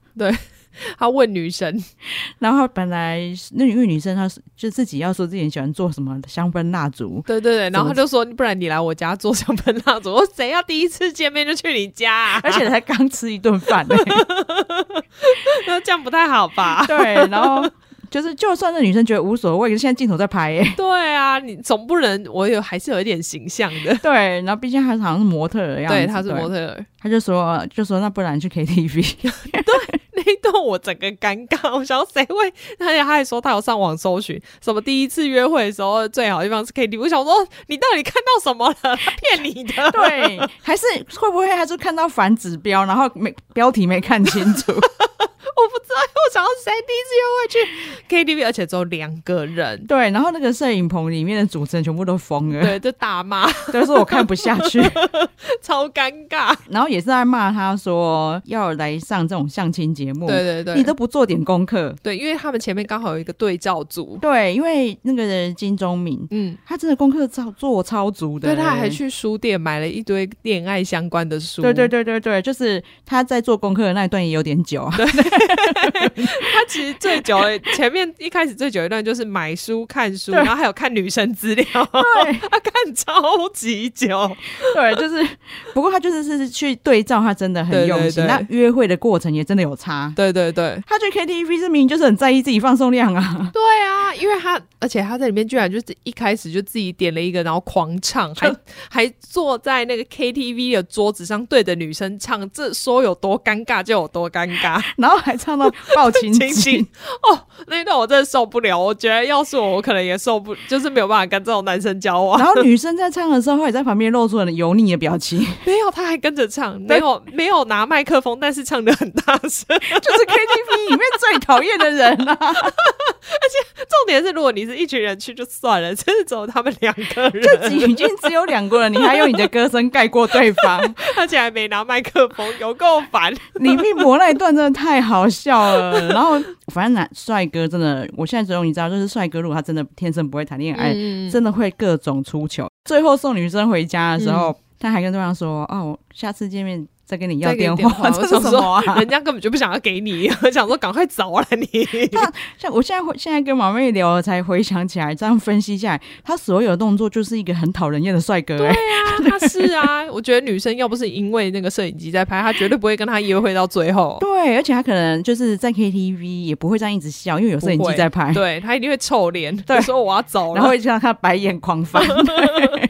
他问女生，
然后本来那因为女生她是就自己要说自己很喜欢做什么香氛蜡 烛，
对对对，
怎
然后
么
他就说，不然你来我家做香氛蜡烛，我说谁要第一次见面就去你家、啊？
而且才 刚吃一顿饭、欸，
那这样不太好吧？
对，然后。就是就算是女生觉得无所谓，可是现在镜头在拍欸 耶、
对啊，你总不能我有还是有一点形象的。
对，然后毕竟他好像是模特儿的样子，
对，他是模，特儿，
他就说就说那不然去 KTV，
那一段我整个尴尬，我想谁会？而且他还说他有上网搜寻什么第一次约会的时候最好的地方是 KTV，我想说你到底看到什么了？他骗你的。
对，还是会不会他就看到反指标，然后没标题没看清 楚，
我不知道，我想到谁第一次约会去 KTV，而且只有两个人，
对，然后那个摄影棚里面的主持人全部都疯了，
对，就大骂，
都说我看不下去，
超尴尬。
然后也是在骂他说要来上这种相亲节目，
对对对，
你都不做点功课，
对，因为他们前面刚好有一个对照组，
对，因为那个人金钟敏。
嗯，
他真的功课超做超足的，
对，他还去书店买了一堆恋爱相关的书，
对对，对对对，就是他在做功课的那一段也有点久啊。
他其实最久的前面一开始最久一段就是买书看书，
对
然后还有看女生资料，
对
他看超级久，
对，就是，不过他就是是去对照，他真的很用心。
对对对
那约会的过程也真的有差。
对对对。
他去 KTV 是明明就是很在意自己放松量啊，
对啊，因为他，而且他在里面居然就是一开始就自己点了一个，然后狂唱，还还坐在那个 KTV 的桌子上对着女生唱，这说有多尴尬就有多尴尬。
然后还唱到抱 情
亲
景
亲。哦，那一段我真的受不了，我觉得要是我，我可能也受不，就是没有办法跟这种男生交往。
然后女生在唱的时候，她也在旁边露出了油腻的表情，
没有，他还跟着唱，没有没有拿麦克风，但是唱的很大声。
就是 KTV 里面最讨厌的人了、啊。
重点是，如果你是一群人去就算了，这是只有他们两 个
就
人，
已经只有两个人，你还用你的歌声盖过对方，
而且还没拿麦克风，有够 烦。
李密博那一段真的太好笑了。然后反正男帅哥真的，我现在只有你知道，就是帅哥如果他真的天生不会谈恋爱，
嗯
真的会各种出糗。最后送女生回家的时候，他还跟对方说：“哦，下次见面再跟你要
嗯再给
电
你
话。
电话”
这
我
是
想
什
说
么啊？
人家根本就不想要给你，我想说赶快走啊你。
像我现在回现在跟马妹聊了，才回想起来，这样分析下来，他所有的动作就是一个很讨人厌的帅哥、
对
哎，
啊，他是啊，我觉得女生要不是因为那个摄影机在拍，她绝对不会跟他约会到最后。
对，而且他可能就是在 KTV 也不会这样一直笑，因为有摄影机在拍，
对他一定会臭脸，
对
就说我要走了，
然后会让他白眼狂 翻。对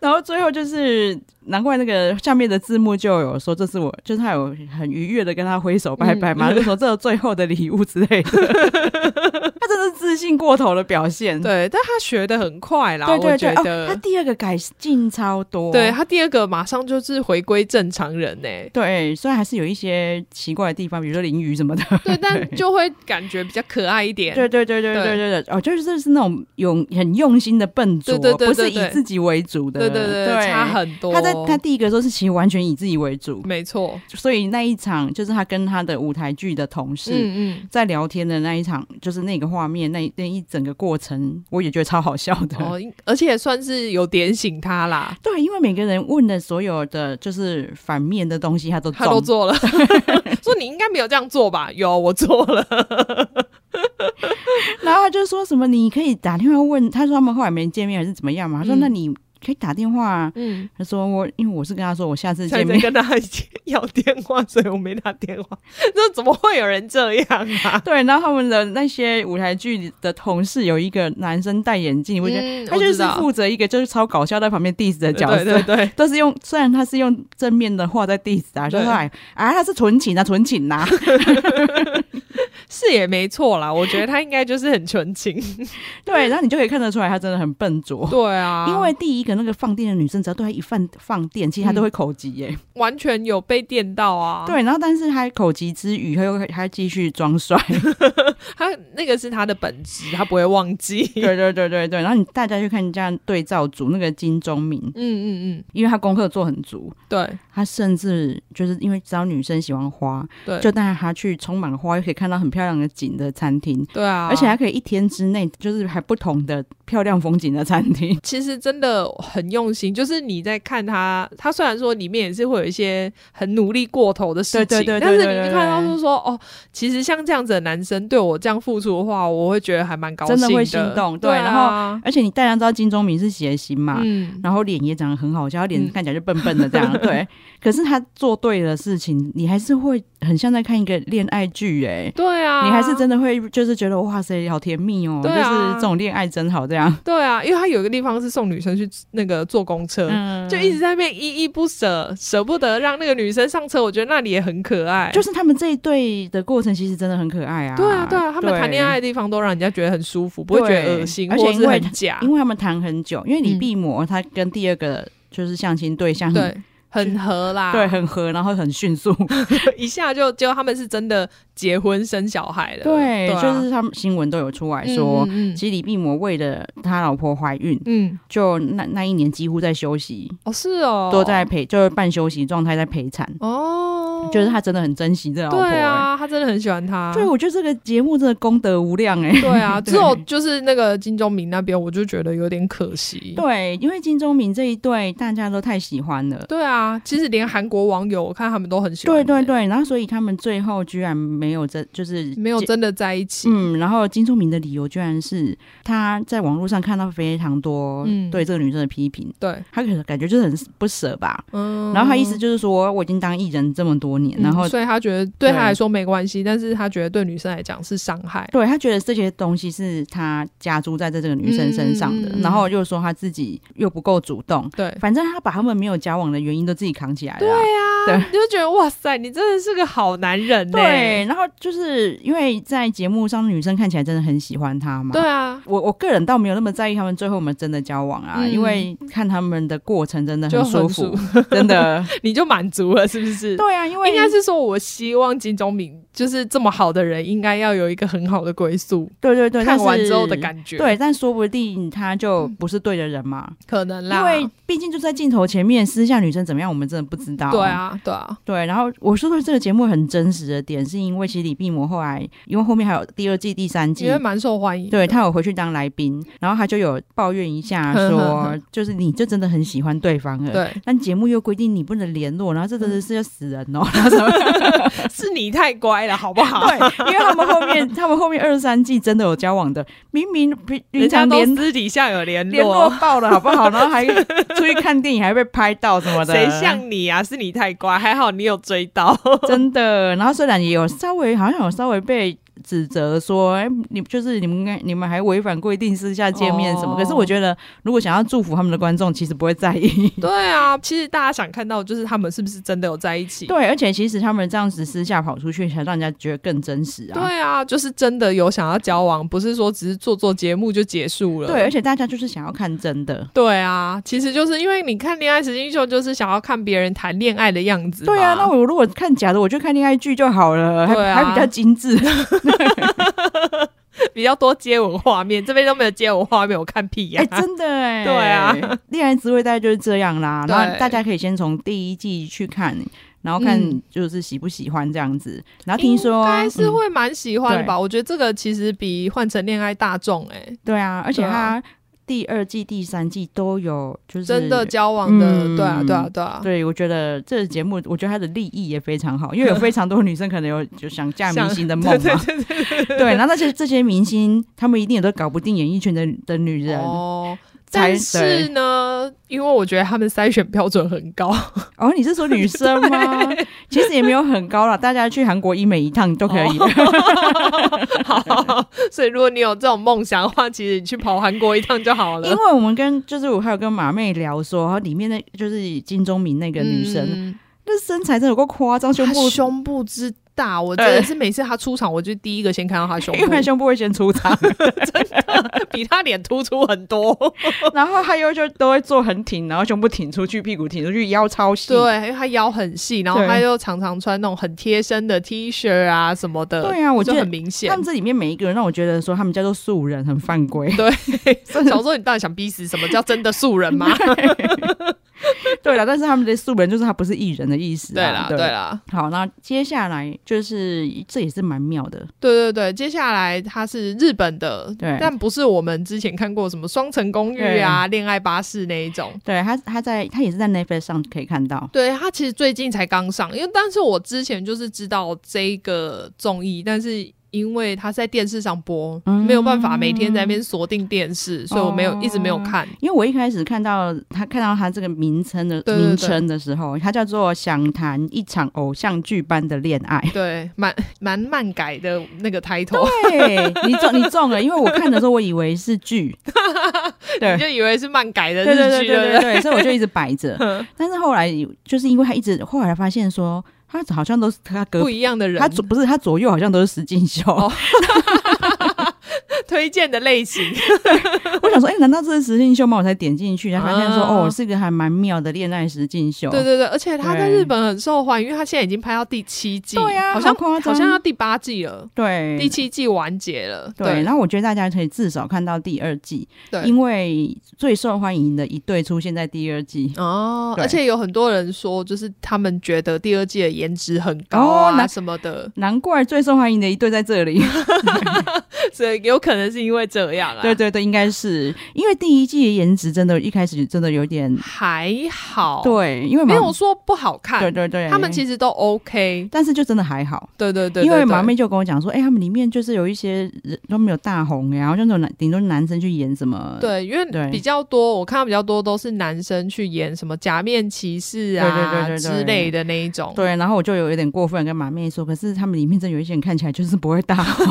然后最后就是，难怪那个下面的字幕就有说，这是我，就是他有很愉悦的跟他挥手拜拜嘛，
嗯
就说这是最后的礼物之类的。 他真的是自信过头的表现。
对，但他学的很快啦，
嗯对对
我
对，
觉
哦，他
得，
第二个改进超多。
对他第二个马上就是回归正常人欸呢、
对，虽然还是有一些奇怪的地方，比如说淋雨什么的。
对，但就会感觉比较可爱一点。
对对对对对对对，哦，就是是那种用很用心的笨拙，
对对对
不是
对
以
对
自己为主的。
对对对，差很多。
他在他第一个时候是其实完全以自己为主，
没错，
所以那一场就是他跟他的舞台剧的同事
嗯嗯。
在聊天的那一场，就是那个画面，那那一整个过程，我也觉得超好笑的。
哦，而且也算是有点醒他啦，
对，因为每个人问的所有的就是反面的东西，他都
他都
中
做了，说你应该没有这样做吧？有，我做了。
然后他就说什么你可以打电话问，他说他们后来没见面还是怎么样嘛？他说
嗯
那你可以打电话、啊。
嗯，
他说我因为我是跟他说我下次
才
见
在
面，
跟他一起要电话，所以我没打电话。那怎么会有人这样啊？
对，然后他们的那些舞台剧的同事有一个男生戴眼镜，我觉得
嗯
他就
我知
是
道
负责一个就是超搞笑在旁边 diss 的角色，
对对对，
都是用虽然他是用正面的话在 diss 啊，就
对
是哎啊他是纯情啊纯情 啊，
是也没错啦，我觉得他应该就是很 纯情。
对，然后你就可以看得出来他真的很笨拙。
对啊
因为第一个那个放电的女生，只要对她一放放电，其实她都会口急耶、
完全有被电到啊。，
对，然后但是她口急之余，她又她继续装 帅。
他那个是他的本质，他不会忘记。
对对对对对。然后你大家去看人家对照组那个金钟明，
嗯嗯嗯，
因为他功课做很足，
对
他甚至就是因为知道女生喜欢花，
对，
就带她去充满花又可以看到很漂亮的景的餐厅，
对啊，
而且还可以一天之内就是还不同的漂亮风景的餐厅。
其实真的很用心，就是你在看他，他虽然说里面也是会有一些很努力过头的事情，
对对对对
但是
对
你
对
就看到就是说哦，其实像这样子的男生对我这样付出的话，我会觉得还蛮高兴
真的会心动对
对啊，
而且你大家知道金钟明是谐星嘛，
嗯，
然后脸也长得很好笑，他脸
嗯
看起来就笨笨的这 样，对。可是他做对的事情，你还是会很像在看一个恋爱剧哎、
对对啊，
你还是真的会就是觉得哇塞，好甜蜜哦，
对啊
就是这种恋爱真好这样。
对啊，因为他有一个地方是送女生去那个坐公车，
嗯，
就一直在那边依依不舍，舍不得让那个女生上车。我觉得那里也很可爱，、
就是是他们这一对的过程，其实真的很可爱啊。
对啊，对啊，他们
对
谈恋爱的地方都让人家觉得很舒服，不会觉得恶心
对
或
而且
者
因
是
为
很
他
假，
因为他们谈很久，因为李
啊嗯
碧魔他跟第二个就是相亲对象
对，很合啦，
嗯对，很合，然后很迅速，
一下就就他们是真的结婚生小孩了，
对，
啊
就是他们新闻都有出来说，
嗯嗯
其实李碧魔为了他老婆怀孕，
嗯嗯
就那那一年几乎在休息，
哦是哦，
都在陪，就是半休息状态在陪产，
哦，
就是他真的很珍惜这老婆、
对啊，他真的很喜欢他
欸，，对，我觉得这个节目真的功德无量哎、
对 啊，
对
只有就是那个金钟明那边，我就觉得有点可惜。
对，因为金钟民这一对大家都太喜欢了。
对啊，其实连韩国网友，我看他们都很喜欢、
对对，对，然后所以他们最后居然没有真，就是
没有真的在一起。
嗯，然后金钟明的理由居然是他在网络上看到非常多
嗯
对这个女生的批评，
对，
他可能感觉就是很不舍吧。
嗯
然后他意思就是说，我已经当艺人这么多年，
嗯
然后
所以他觉得对他
对
来说没关系，但是他觉得对女生来讲是伤害。
对他觉得这些东西是他加诸在这这个女生身上的，
嗯嗯嗯嗯
然后又说他自己又不够主动，
对，
反正他把他们没有交往的原因都自己扛起来
对
了啊、
啊，
对
你就觉得哇塞，你真的是个好男人欸呢、
对，然后就是因为在节目上，女生看起来真的很喜欢他嘛。
对啊，
我我个人倒没有那么在意他们最后有没有真的交往啊，
嗯
因为看他们的过程真的
就
舒
很
服， 真 的。
你就满足了，是不是？
对啊，因为
应该是说，我希望金钟明就是这么好的人，应该要有一个很好的归宿。
对对对，
看
但
完
是
之后的感觉，，
对，但说不定他就不是对的人嘛，
可能啦，
因为毕竟就在镜头前面，私下女生怎么样，我们真的不知道。
对，啊，对啊，
对。然后我说说这个节目很真实的点，是因为其实李碧魔后来，因为后面还有第二季、第三季
因为，蛮受欢迎的。
对他有回去当来宾，然后他就有抱怨一下说，就是你就真的很喜欢对方了。
对，
但节目又规定你不能联络，然后这
嗯
真的是要死 人哦！然后什么
是你太乖了，好不好？
对，因为他们后面 他们后面二三季真的有交往的，明明平平
人家
常
都
联
私底下有联
联络爆了好不好？然后还出去看电影还被拍到什么的，
谁像你啊？是你太乖，还好你有追 到。
真的？然后虽然也有稍微好像有稍微被。指责说，哎、你就是你们应该，你们还违反规定私下见面什么？
哦
可是我觉得，如果想要祝福他们的观众，其实不会在 意。
对啊，其实大家想看到就是他们是不是真的有在一起？
对，而且其实他们这样子私下跑出去，才让人家觉得更真实啊。
对啊，就是真的有想要交往，不是说只是做做节目就结束了。
对，而且大家就是想要看真的。
对啊，其实就是因为你看《恋爱实境秀》，就是想要看别人谈恋爱的样子嘛。
对啊，那我如果看假的，我就看恋爱剧就好了，还、
对啊
还比较精致。
比较多接吻画面，这边都没有接吻画面，我看屁 呀、
哎、真的哎、
对啊，
恋爱滋味大概就是这样啦。
对
那大家可以先从第一季去看，然后看
嗯
就是喜不喜欢这样子。然后听说
应该 是
嗯
会蛮喜欢的吧？我觉得这个其实比换成恋爱大众哎、
对啊，而且
对啊
它第二季、第三季都有，就是
真的。交往的，
嗯
对啊，对啊，对啊。
对，我觉得这个节目，我觉得它的立意也非常好，因为有非常多女生可能有就想嫁明星的梦嘛，
对对对
对，然后那些这些明星，他们一定也都搞不定演艺圈的的女人哦
哦，
才
但是呢，因为我觉得他们筛选标准很 高，
哦你是说女生吗？ 其实也没有很高啦，大家去韩国医美一趟都可以。
哦好，所以如果你有这种梦想的话，其实你去跑韩国一趟就好
因
了。
为我们跟就是我还有跟马妹聊说，里面那就是金钟民那个女生，
嗯
那身材真的有够夸张，胸
她
部，
胸部之大，我真的是每次她出场，我就第一个先看到她 胸
因为
部，
胸部会先出 场，
比她脸突出很多。
然后还有就都会坐很挺，然后胸部挺出去，屁股挺出去，腰超细。
对，因为她腰很细，然后
对
她又常常穿那种很贴身的 T 恤啊什么的，
对啊，我觉
就很
得
明显
他们。这里面每一个人让我觉得说他们叫做素人，很犯规。
小时候你到底想逼死什么叫真的素人吗？
对了，但是他们的素人就是他不是艺人的意思、啊。
对啦，对啦，
好，那接下来就是这也是蛮妙的，
对对对，接下来它是日本的，
对
但不是我们之前看过什么《双层公寓》啊、《恋爱巴士》那一种。
对他他在他也是在 Netflix 上可以看到，
对它其实最近才刚上，因为但是我之前就是知道这一个综艺，但是因为他在电视上播，
嗯
没有办法每天在那边锁定电视，所以我没
哦
有一直没有看。
因为我一开始看到他看到他这个名称的
对对对
名称的时候，他叫做《想谈一场偶像剧般的恋 爱》。
对，蛮蛮漫改的那个 title，
对，你中你中了，因为我看的时候我以为是 剧，对
你就以为是漫改的
对对
日
对
剧，
对
不
对对，所以我就一直摆 着。但是后来就是因为他一直后来发现说，他好像都是他隔
不一样的人
他，左不是他左右好像都是石进秀。
哦 推荐的类型。
我想说，哎、难道这是石进秀吗？我才点进去，才发现说，
啊
哦，是个还蛮妙的恋爱石进秀。
对对哦对，而且他在
对
日本很受欢迎，因为他现在已经拍到第七季，
对啊
好
好
像
夸张
好像要第八季了，
对
第七季完结了。
对，
对
然后我觉得大家可以至少看到第二季，
对
因为最受欢迎的一对出现在第二季。
哦，
对
而且有很多人说，就是他们觉得第二季的颜值很高
哦那
啊什么的，
难怪最受欢迎的一对在这里，
啊所以有可能是因为这样 啊。
对对对，应该是因为第一季的颜值真的，一开始真的有点
还好，，
对，因为
没
马
有说不好看，
对对对，
他们其
实
实都 OK。
但是就真的还好，
对对对，
因为
对对
马妹就跟我讲说，哎、他们里面就是有一些人都没有大红、然后就那种男顶多男生去演什么，
嗯对，因
对
为比较多，我看到比较多都是男生去演什么假面骑士啊
对对对对对
之类的那一种。
对，然后我就有一点过分跟马妹说，可是他们里面真有一些人看起来就是不会大红，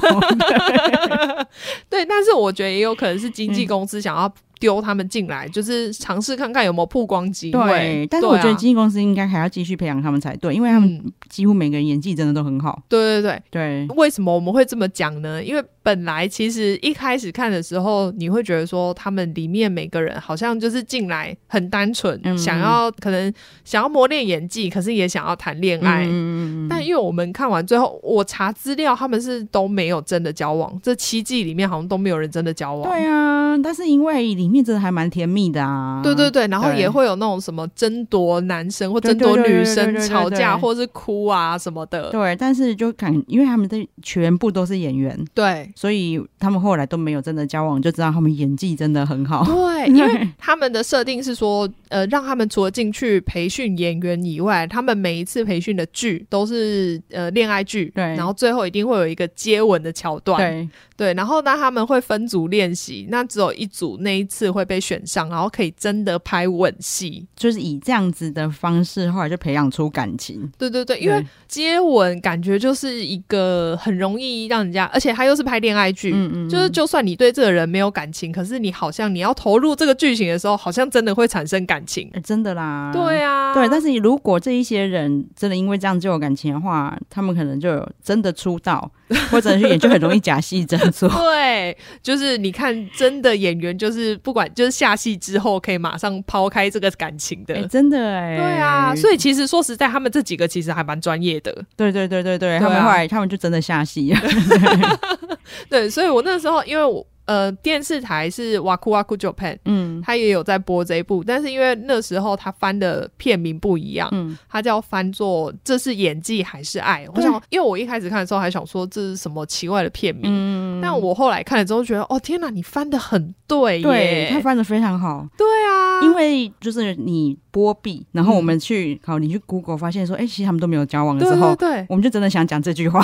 对，但是我觉得也有可能是经
嗯
纪公司想要丢他们进来，就是尝试看看有没有曝光机会
对。，但是我觉得
对啊
经纪公司应该还要继续培养他们才对，因为他们
嗯
几乎每个人演技真的都很好，
对对对。
对。
为什么我们会这么讲呢？因为本来其实一开始看的时候，你会觉得说他们里面每个人好像就是进来很单纯，
嗯
想要可能想要磨练演技，可是也想要谈恋爱。
嗯，
但因为我们看完最后，我查资料，他们是都没有真的交往，这七季里面好像都没有人真的交往。
对啊，但是因为里面真的还蛮甜蜜的啊，
对对对，然后也会有那种什么争夺男生或争夺
对
女
对对对对
生
对对
吵架，或是哭啊什么的。
对，但是就感，因为他们这全部都是演员，
对
所以他们后来都没有真的交往，就知道他们演技真的很好。
对，因为他们的设定是说，呃，让他们除了进去培训演员以外，他们每一次培训的剧都是呃恋爱剧，
对
然后最后一定会有一个接吻的桥段，
对，
对，然后那他们会分组练习，那只有一组那一次会被选上，然后可以真的拍吻戏。
就是以这样子的方式，后来就培养出感情。
对对对，因为
对
接吻感觉就是一个很容易让人家，而且他又是拍恋爱剧，
嗯嗯，
就是就算你对这个人没有感情，可是你好像你要投入这个剧情的时候，好像真的会产生感情。
呃真的啦，
对啊，
对，但是如果这一些人真的因为这样就有感情的话，他们可能就有真的出 道，或者去演就很容易假戏真做。
对，就是你看，真的演员就是不管就是下戏之后，可以马上抛开这个感情的。
哎、真的哎、
对啊，所
以
以其实说实在，他们这几个其实还蛮专业的。
对对对对对，
啊
他们后来他们就真的下戏 了。
对，所以我那时候因为我呃电视台是哇酷哇酷 Japan，
嗯
他也有在播这一部，但是因为那时候他翻的片名不一样，
嗯，
他叫翻作《这是演技还是爱》。我
对
想，因为我一开始看的时候还想说这是什么奇怪的片名，
嗯
但我后来看了之后觉得，哦天哪，你翻的很对
对他
耶！
翻的非常好，
对啊，
因为就是你波比，然后我们去好，你去 Google 发现说，哎、其实他们都没有交往的
对
时
对啊
候，
对，
我们就真的想讲这句话。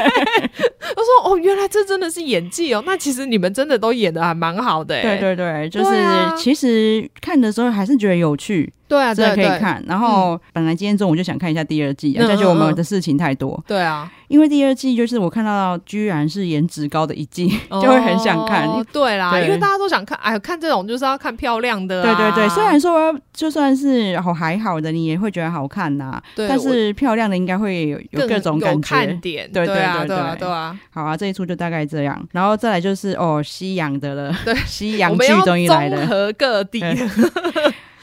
我说哦，原来这真的是演技哦。那其实你们真的都演的还蛮好的耶，
对对对，就是、
对啊
其实看的时候还是觉得有趣，
对啊，
真的
对
可以
对
看。然后本来今天中午就想看一下第二季、啊，
嗯
但就我
嗯
们
嗯
的事情太多，
对啊，
因为第二季就是我看到居然是颜值高的一季，就会很想看。
哦对啦，
对
因为大家都想看，哎，看这种就是要看漂亮的、
对
啊。
对对，虽然说就算是好还好的，你也会觉得好看呐、
对，
但
我
是漂亮的应该会有有
更
各种
有
感
看
觉。
点，
对
对啊，
对对
对啊，
对
对啊。
好啊，这一出就大概这样，然后再来就是哦，西洋的了，
对，
西
我
洋
们
剧
要
终于来
综
了。嗯
合各地，
对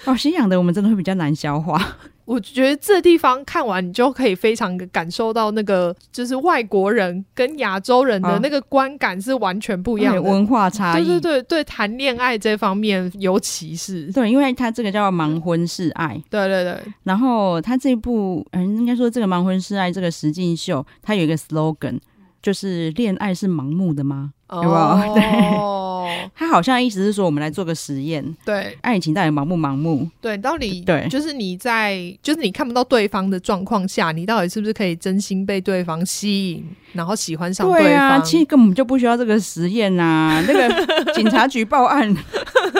哦，西洋的我们真的会比较难消化，
我觉得这地方看完，你就可以非常地感受到那个就是外国人跟亚洲人的
啊
那个观感是完全不一样
对
的。
文化差
对
异。
对对对，谈恋爱这方面尤其是，
对，因为它这个叫盲婚示爱，
对对对，
然后他这部，嗯，应该说这个《盲婚试爱》这个实境秀，它有一个 slogan，就是“恋爱是盲目的吗
哦
有没有对
哦，
他好像意思是说，我们来做个实验，
对
爱情到底盲不盲目？
对，到底
对
就是你在就是你看不到对方的状况下，你到底是不是可以真心被对方吸引，然后喜欢上方？
对啊，其实根本就不需要这个实验 呐、那个警察局报案，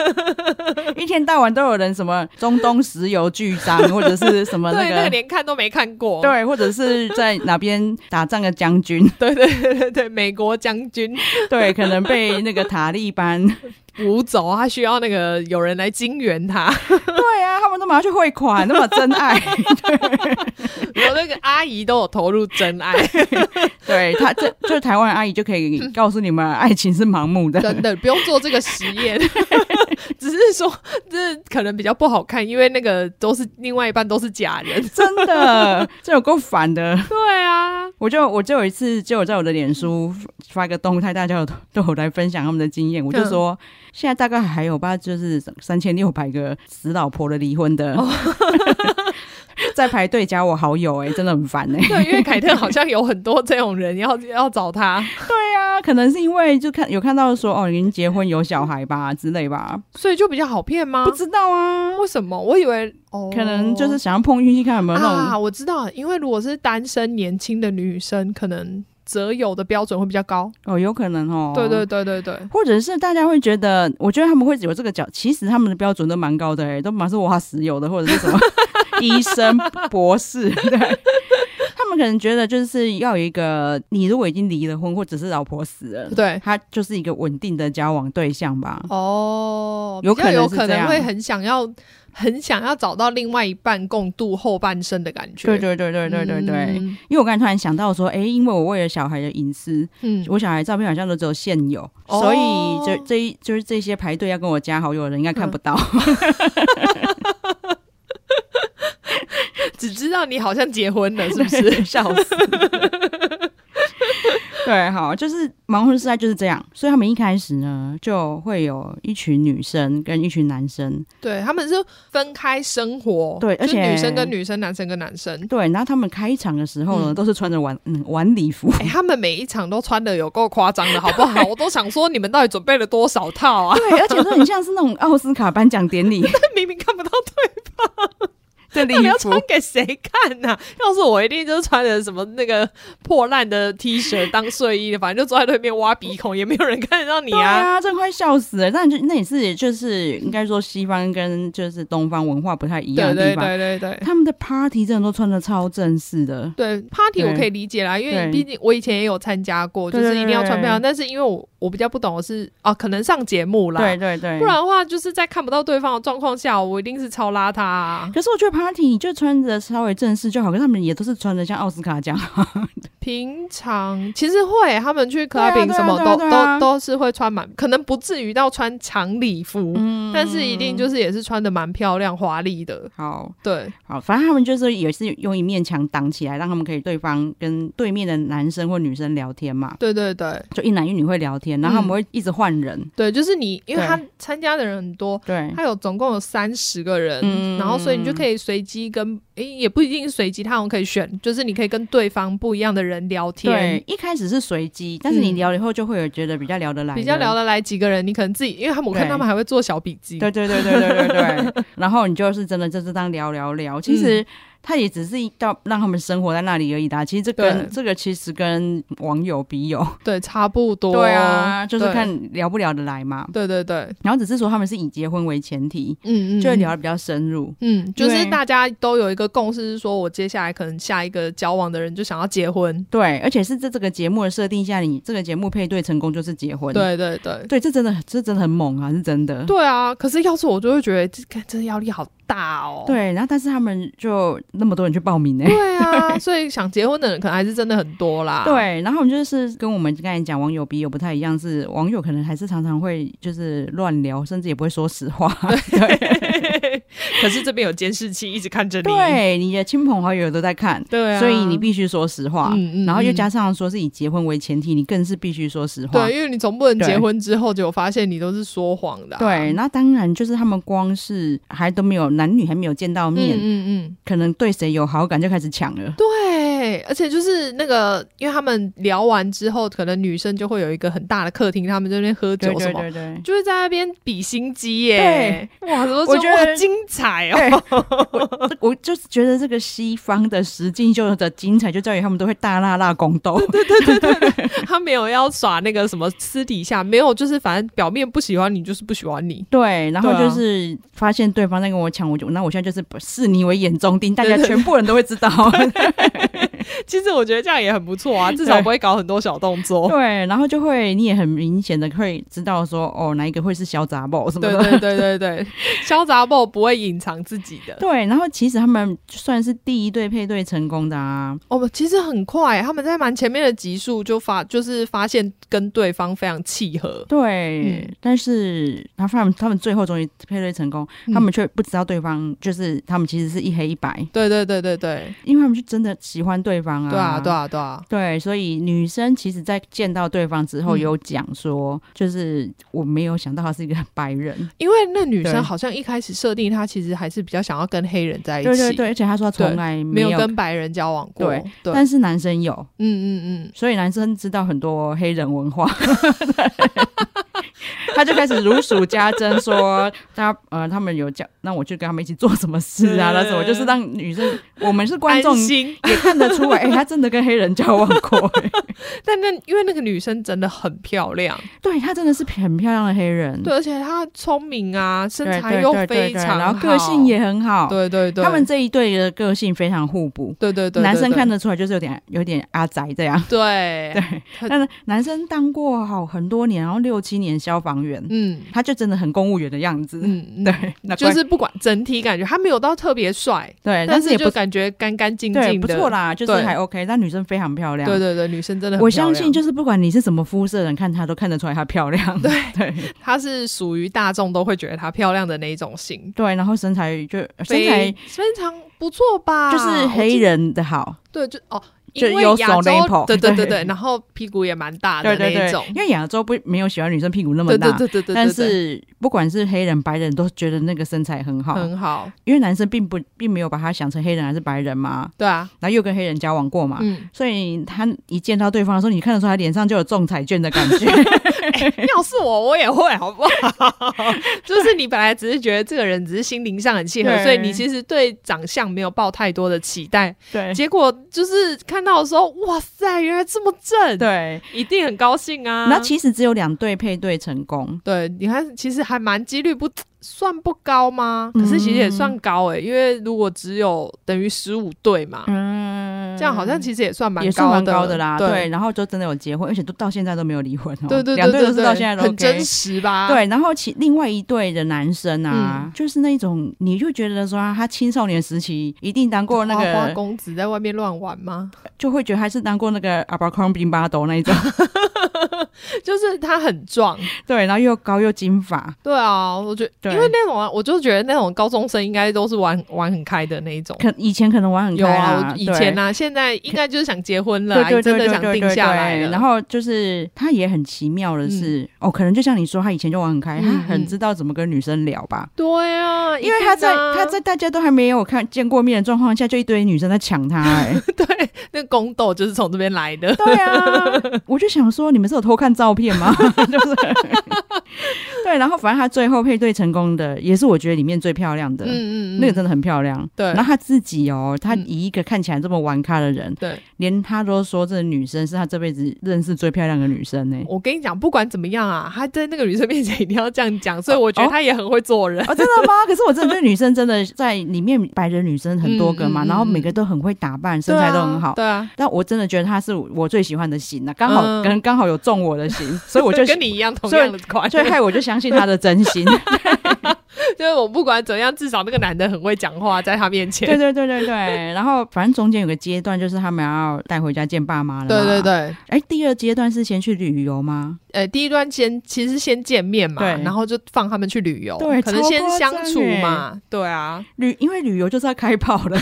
一天到晚都有人什么中东石油巨章，或者是 什么
对，那
那
个
个。
连看都没看过。
对，或者是在哪边打仗的将军，
对对 对对对，美国将军
对，可能被那个塔利班，
掳走，他需要那个有人来金援他。
对啊，他们都马上去汇款，那么真爱，
我那个阿姨都有投入真爱，
对他这就台湾阿姨就可以告诉你们，爱情是盲 目的，
真的不用做这个实验， 只是说这可能比较不好看，因为那个都是另外一半都是假人。
真的，这有够烦的。
对啊，
我就我就有一次，就有在我的脸书发个动态，大家有都有来分享他们的经
嗯
验。我就说，现在大概还有吧，就是三千六百个死老婆的离婚
哦
的， 在排队加我好友、欸，哎，真的很烦 哎、
对，因为凯特好像有很多这种人要要找他，
对啊，可能是因为就看有看到说哦，您结婚有小孩吧之类吧，
所以就比较好骗吗
不？知道啊，
为什么？我以为哦，
可能就是想要碰运气，看有没有那
啊，
种。
我知道，因为如果是单身年轻的女生，可能择友的标准会比较高。
哦，有可能哦，
对对对对对。
或者是大家会觉得，我觉得他们会有这个角，其实他们的标准都蛮高的、欸，都蛮是挖石油的，或者是什 么医生、博士，对。他们可能觉得就是要有一个，你如果已经离了婚，或者是老婆死了，
对，
他就是一个稳定的交往对象吧。
哦，
有
比较
可能
有
是
可
这
能
样
会很想要，很想要找到另外一半共度后半生的感觉。
对对对对对对对，
嗯，
因为我刚才突然想到说，哎、因为我为了小孩的隐私，
嗯
我小孩照片好像都只有现有，
哦
所以这这一就是这些排队要跟我加好友的人应该
嗯
看不到。
只知道你好像结婚了，是不是？
笑死。 对，好，就是盲婚时代就是这样，所以他们一开始呢，就会有一群女生跟一群男生，
对，他们是分开生活，
对而
就是
且
女生跟女生，男生跟男生。
对，然后他们开场的时候呢，
嗯
都是穿着晚嗯晚礼服，
哎、他们每一场都穿的有够夸张的，好不好？ 我都想说，你们到底准备了多少套啊？
对，而且都很像是那种奥斯卡颁奖典礼
明明看不到
的礼
到底要
服
穿，给谁看呢、 要是我一定就是穿着什么那个破烂的 T 恤当睡衣，反正就坐在对面挖鼻孔，也没有人看得到你
对
啊。
啊，真快笑死了。但就那也是就是应该说西方跟就是东方文化不太一
对啊
样的
对
地方，
对对对。
他们的 party 真的都穿的超正式的，
对 party
对
我可以理解啦，因为
对
毕竟我以前也有参加过，就
对
是一定要穿漂
对对
亮。
对
但是因为我我比较不懂的是啊，可能上节目啦，
对对对，
不然的话就是在看不到对方的状况下，我一定是超邋遢、啊。
可是我觉得 party 就穿着稍微正式就好，可是他们也都是穿的像奥斯卡奖，
平常其实会，他们去
对啊
clubbing
对啊
什么
对啊
都、
对啊
都都是会穿蛮，可能不至于到穿长礼服，
嗯
但是一定就是也是穿的蛮漂亮华丽的。
好
对，
好，反正他们就是也是用一面墙挡起来，让他们可以对方跟对面的男生或女生聊天嘛，
对对对
就一男一女会聊天，然
嗯
后他们会一直换人，
对，就是你，因为
对
他参加的人很多，
对
他有总共有三十个人，
嗯
然后所以你就可以随机跟，诶、也不一定随机，他好像可以选，就是你可以跟对方不一样的人聊天
对。，一开始是随机，但是你聊了以后就会有觉得比较聊得来，
比较聊。得来几个人，你可能自己，因为他们我看
对
他们还会做小笔记，
对对对对对对 对，然后你就是真的就是当聊聊聊，其实他也只是一到让他们生活在那里而已啦。其实这
对
跟这个其实跟网友笔友
对，差不多，
对啊，就是
对，
看聊不聊得来嘛。
对对对，
然后只是说他们是以结婚为前提，
嗯嗯，
就会聊得比较深入。
嗯，就是
对
大家都有一个共识，是说我接下来可能下一个交往的人就想要结婚。
对，而且是在这个节目的设定下，你这个节目配对成功就是结婚。
对对对，
对，这真的这真的很猛啊，是真的。
对啊。可是要是我就会觉得这个真的压力好大哦。
对然后但是他们就那么多人去报名呢、
对 啊，所以想结婚的人可能还是真的很多啦。
对，然后我们就是跟我们刚才讲网友比友不太一样，是网友可能还是常常会就是乱聊，甚至也不会说实话。
对，可是这边有监视器一直看着你。
对，你的亲朋好友都在看，
对啊，
所以你必须说实话。
嗯嗯
然后又
嗯
加上说是以结婚为前提，你更是必须说实话。
对，因为你总不能
对
结婚之后就发现你都是说谎的啊、
对，那当然就是他们光是还都没有男女还没有见到
嗯
面，
嗯嗯，
可能对谁有好感就开始抢了。
对。而且就是那个，因为他们聊完之后，可能女生就会有一个很大的客厅，他们在那边喝酒
对对
什么，
对对。
就是在那边比心机耶。哇，我
我觉得
哇精彩哦。
对， 我 我就是觉得这个西方的实境秀的精彩就在于他们都会大辣辣宫斗，
他没有要耍那个什么私底下，没有，就是反正表面不喜欢你，就是不喜欢你。
对，然后
对啊
就是发现对方在跟我抢，我就那我现在就是视你为眼中钉，大
对
家
对
全部人都会 知道。
其实我觉得这样也很不错 啊，至少不会搞很多小动作。
对，然后就会你也很明显的会知道说，哦，哪一个会是小杂包什么
对
的。
对对对 对，潇洒 b 不会隐藏自己的。
对，然后其实他们算是第一对配对成功的啊，
哦，其实很快，他们在蛮前面的集数就发，就是发现跟对方非常契合。
对。
嗯
但是他他们他们最后终于配对成功，他们却不知道对方就是他们其实是一黑一白，
对对对对对，
因为他们是真的喜欢对方啊。
对啊对啊对啊，
对，所以女生其实，在见到对方之后，
嗯
有讲说，就是我没有想到他是一个白人，
因为那女
对
生好像一开始设定她其实还是比较想要跟黑人在一起，
对对对，而且他说他从
对
来
没有
有，
跟白人交往过。
对
对，
但是男生有，
嗯嗯嗯，
所以男生知道很多黑人文化， 他就开始如数家珍说他呃他们有叫让我去跟他们一起做什么事啊，
对
那什么就是让女生我们是观众
安心。
也看得出来，哎、他真的跟黑人交往过、哎
但那因为那个女生真的很漂亮，
对他真的是很漂亮的黑人，
对，而且她聪明啊，身
嗯对
材
对
又
对对
非
对
常
然后
好
个性也很好，
对对对，
他们这一对的个性非常互补。
对对对对
男生
对
看得出来，就是有点有点阿宅这样。
对，
对，但是男生当过好很多年，然后六七年消防员，
嗯
他就真的很公务员的样子。
嗯嗯，
对，那
就
关
是不管整体感觉，他没有到特别帅，
对，
但
但是也
就
不
感觉干干净净
对，不
的，
错。啦，就是
对
还 OK。但女生非常漂亮，
对对对，女生真的很
我
漂
相
亮
信就是不管你是什么肤色的人，看她都看得出来她漂亮。对对
她是属于大众都会觉得她漂亮的那一种型，
对，然后身材就身材
非非常不错吧？
就是黑
人，
人的好，
对，就哦。
就
因为
有
亚
手
洲
那一口，
对对
对
对对，然后屁股也蛮大的
对对
那一
对
种，，
因为亚洲不没有喜欢女生屁股那么
对对
大，
对对对，
但
对对
是不管是黑人、白人，都觉得那个身材很好，
很好，
因为男生并不并没有把他想成黑人还是白人嘛，
对啊，
然后又跟黑人交往过嘛，
嗯，
所以他一见到对方的时候，你看得出他脸上就有中彩券的感觉。
要是我，我也会，好不好？ 就是你本来只是觉得这个人只是心灵上很契合，
对
所以你其实对长相没有抱太多的期待，
对
结果就是看到的时候，哇塞，原来这么正，，
对，
一定很高兴啊。
然后其实只有两对配对成功。
对，你看，其实还蛮几率不算不高吗？可是其
嗯
实也算高欸诶、因为如果只有等于十五对嘛，
嗯，
这样好像其实也算蛮
也算
高
蛮
的
高的啦，
对
然后就真的有结婚，而且都到现在都没有离婚哦。
对对对
两
对
对都是
对
到现在都 OK
很真实啊吧？
对，然后其另外一对的男生啊，
嗯
就是那种你就觉得说啊他青少年时期一定当过那
花花
个，
公子在外面乱玩吗？
就会觉得他是当过那个 Abercrombie model 那一种，
就是他很壮，
对，然后又高又金发，
对啊，我觉得
对
因为那种啊，我就觉得那种高中生应该都是玩玩很开的那一种。
可以前可能玩很
有
开
啊，我以前
呢。
啊，现在应该就是想结婚了
对
啊，
对
真
对
的
对
想
对
定
对
下来了。
然后就是他也很奇妙的是，哦，可能就像你说，他以前就玩很开，
嗯
他很
嗯
知道怎么跟女生聊吧，
对啊，
因为他在
一定的啊
他在大家都还没有看见过面的状况下，就一堆女生在抢他、 哎，
对那个宫斗就是从这边 来的。
对啊，我就想说，你们是有偷看照片吗？ 就是，对，然后反正他最后配对成功的，也是我觉得里面最漂亮的，
嗯嗯嗯，
那个真的很漂亮。
对
然后他自己哦，他
嗯
以一个看起来这么玩咖的人，
对。
连他都说这女生是他这辈子认识最漂亮的女生呢、
我跟你讲，不管怎么样啊，他在那个女生面前一定要这样讲，所
哦
以我觉得他也很会做人。
哦，真的吗？ 可是我真的觉得女生真的在里面，白人女生很多个嘛，
嗯嗯嗯
然后每个都很会打扮，身材都很好。
对啊，
但我真的觉得她是我最喜欢的型啊，刚好
嗯
可能刚好有中我的型， 所以我就
跟你一样同
所以
样的款，
所以害我就相信他的真心。
就是我不管怎样，至少那个男的很会讲话，在他面前。
对对对对对。然后反正中间有个阶段，就是他们要带回家见爸妈了。
对对。对，
哎，第二阶段是先去旅游吗？
呃，第一段先其实先见面嘛，
对
然后就放他们去旅游，
对
可能先
超夸张欸
相处嘛，对啊。
旅因为旅游就是要开炮 了、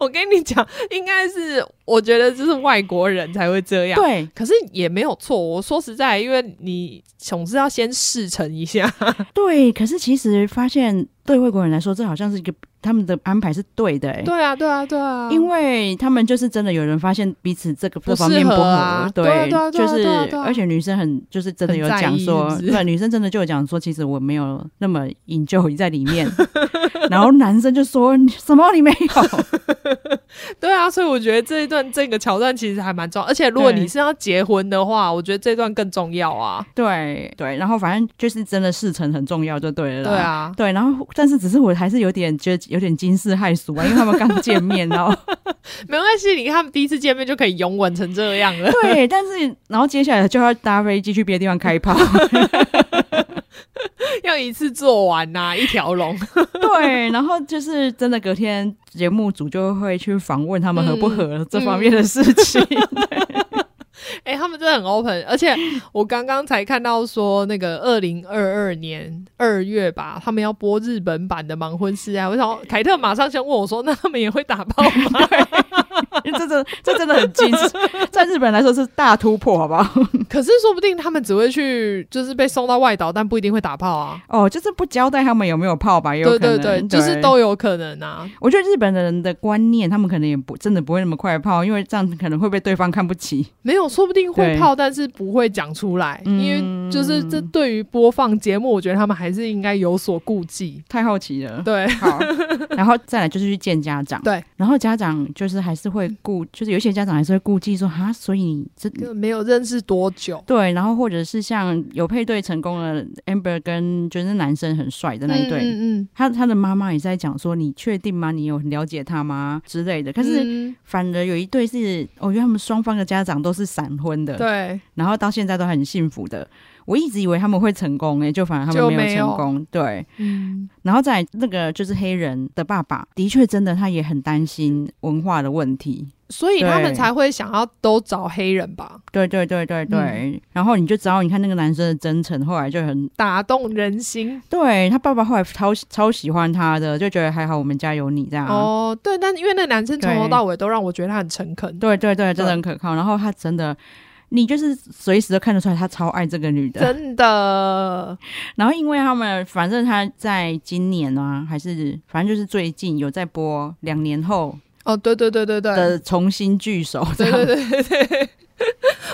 我跟你讲，应该是我觉得就是外国人才会这样。
对。
可是也没有错，我说实在，因为你总是要先试乘一下，
对，可是其实发现对外国人来说，这好像是一个他们的安排是对的、欸，
对啊，对啊，对啊，
因为他们就是真的有人发现彼此这个这方面
不
不
适
合，
合啊
对，
对啊对啊对
就
啊
是、
对啊对啊
而且女生很就是真的有讲说，
很在意是不是
对，女生真的就有讲说，其实我没有那么 enjoy 在里面， 然后男生就说你什么你没有，
对啊，所以我觉得这一段这个桥段其实还蛮重要，而且如果
对
你是要结婚的话，我觉得这段更重要啊。
对对，然后反正就是真的事成很重要就对了啦，
对啊，
对，然后但是只是我还是有点觉得有点惊世骇俗啊，因为他们刚见面，然 后。
没关系，你看他们第一次见面就可以拥吻成这样了
对，但是然后接下来就要搭飞机去别的地方开 炮，
要一次做完呐、一条龙。
对，然后就是真的隔天节目组就会去访问他们合不合这方面的事情，
哎、他们真的很 open，而且我刚刚才看到说，那个二零二二年二月吧，他们要播日本版的《盲婚试爱》，啊我想说哦凯特马上先问我说，那他们也会打炮 吗？
因为 这真这真的很惊世，在日本来说是大突破，好不好？
可是说不定他们只会去，就是被送到外岛，但不一定会打炮啊。
哦，就是不交代他们有没有泡吧，也有
对
可
对
能
对，就是。都有可能啊。
我觉得日本人的观念，他们可能也不真的不会那么快泡，因为这样可能会被对方看不起。
没有，说不定会
对
泡，但是不会讲出来，
嗯
因为就是这对于播放节目，我觉得他们还是应该有所顾忌。
太好奇了。
对，
好，然后再来就是去见家长。
对，
然后家长就是还是会顾，就是有一些家长还是会顾忌说哈，所以你这
没有认识多久，
对，然后或者是像有配对成功的 Amber 跟就是男生很帅的那一对，
嗯嗯，
他他的妈妈也在讲说，你确定吗？你有很了解他吗？之类的。可是
嗯
反而有一对是，我觉得他们双方的家长都是闪婚的，
对，
然后到现在都很幸福的。我一直以为他们会成功诶、就反而他
就
们没
没
有
有
成功。对，
嗯，
然后再来那个就是黑人的爸爸，的确真的他也很担心文化的问题。
所以他们
对
才会想要都找黑人吧，
对对对对对，
嗯
然后你就知道，你看那个男生的真诚，后来就很
打动人心。
对他爸爸后来超超喜欢他的，就觉得还好我们家有你这样。
哦，对，但因为那男生从头
对
到尾都让我觉得他很诚恳。
对对对，真的很可靠。然后他真的，你就是随时都看得出来他超爱这个女的。
真的，
然后因为他们，反正他在今年啊，还是反正就是最近有在播两年后
哦，对对对对对，
的重新聚首，这
对
样
对对对对，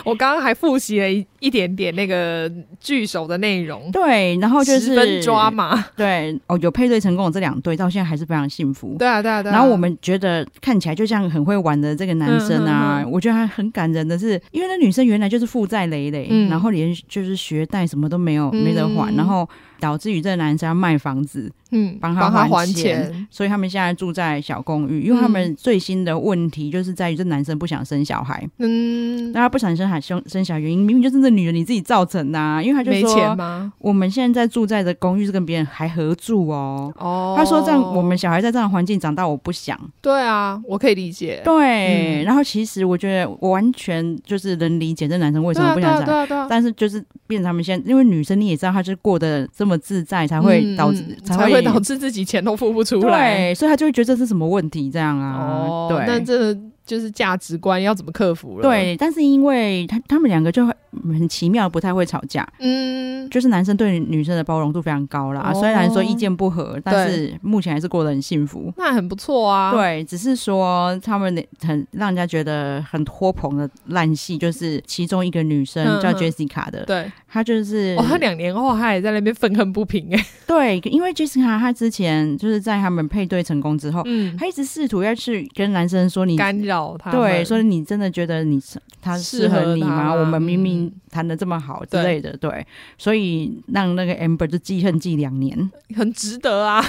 我刚刚还复习了一一点点那个句首的内容，
对然后就
十
是
分抓嘛。
对哦，有配对成功的这两对，到现在还是非常幸福。
对啊对啊对啊。
然后我们觉得看起来就像很会玩的这个男生啊，
嗯嗯嗯
我觉得他很感人的是，因为那女生原来就是负债累累，
嗯
然后连就是学贷什么都没有，没得还，
嗯
然后导致于这个男生要卖房子，
嗯
帮他
他
还
还
钱
钱，
所以他们现在住在小公寓。因
嗯
为他们最新的问题就是在于这男生不想生小孩，
嗯，
那他不想生孩生生小孩原因明明就是那女人你自己造成的、啊，因为他就
没钱
说
吗？
我们现在住在的公寓是跟别人还合住哦。
哦，
他说：“这样，我们小孩在这样的环境长大，我不想。
对啊，我可以理解。
对，
嗯
然后其实我觉得我完全就是能理解这男生为什么不想
对啊
讲，
对啊对啊对啊，
但是就是变成他们现在，因为女生你也知道，她就是过得这么自在，才会
嗯
导致、
嗯
才
会导致自己钱都付不出来。
对，所以她就会觉得这是什么问题这样啊，
哦，那
对。
真的就是价值观要怎么克服了？，
对，但是因为他他们两个就很很奇妙，不太会吵架，
嗯，
就是男生对女生的包容度非常高啦。
哦
虽然说意见不合，但是目前还是过得很幸福。
那很不错啊。，
对，只是说他们很让人家觉得很拖棚的烂戏，就是其中一个女生
嗯
叫
嗯
Jessica 的，
对，
她就是、
哦，他两年后他也在那边愤恨不平
嗯
哎，
对，因为 Jessica 她之前就是在他们配对成功之后，
嗯，
她一直试图要去跟男生说你。
干扰他们，
对，说你真的觉得你是他适
适
合
合
你
他
吗？
吗
我们
嗯
明明谈的这么好之
对
类的，对，所以让那个 Amber 就记恨记两年。
很值得啊。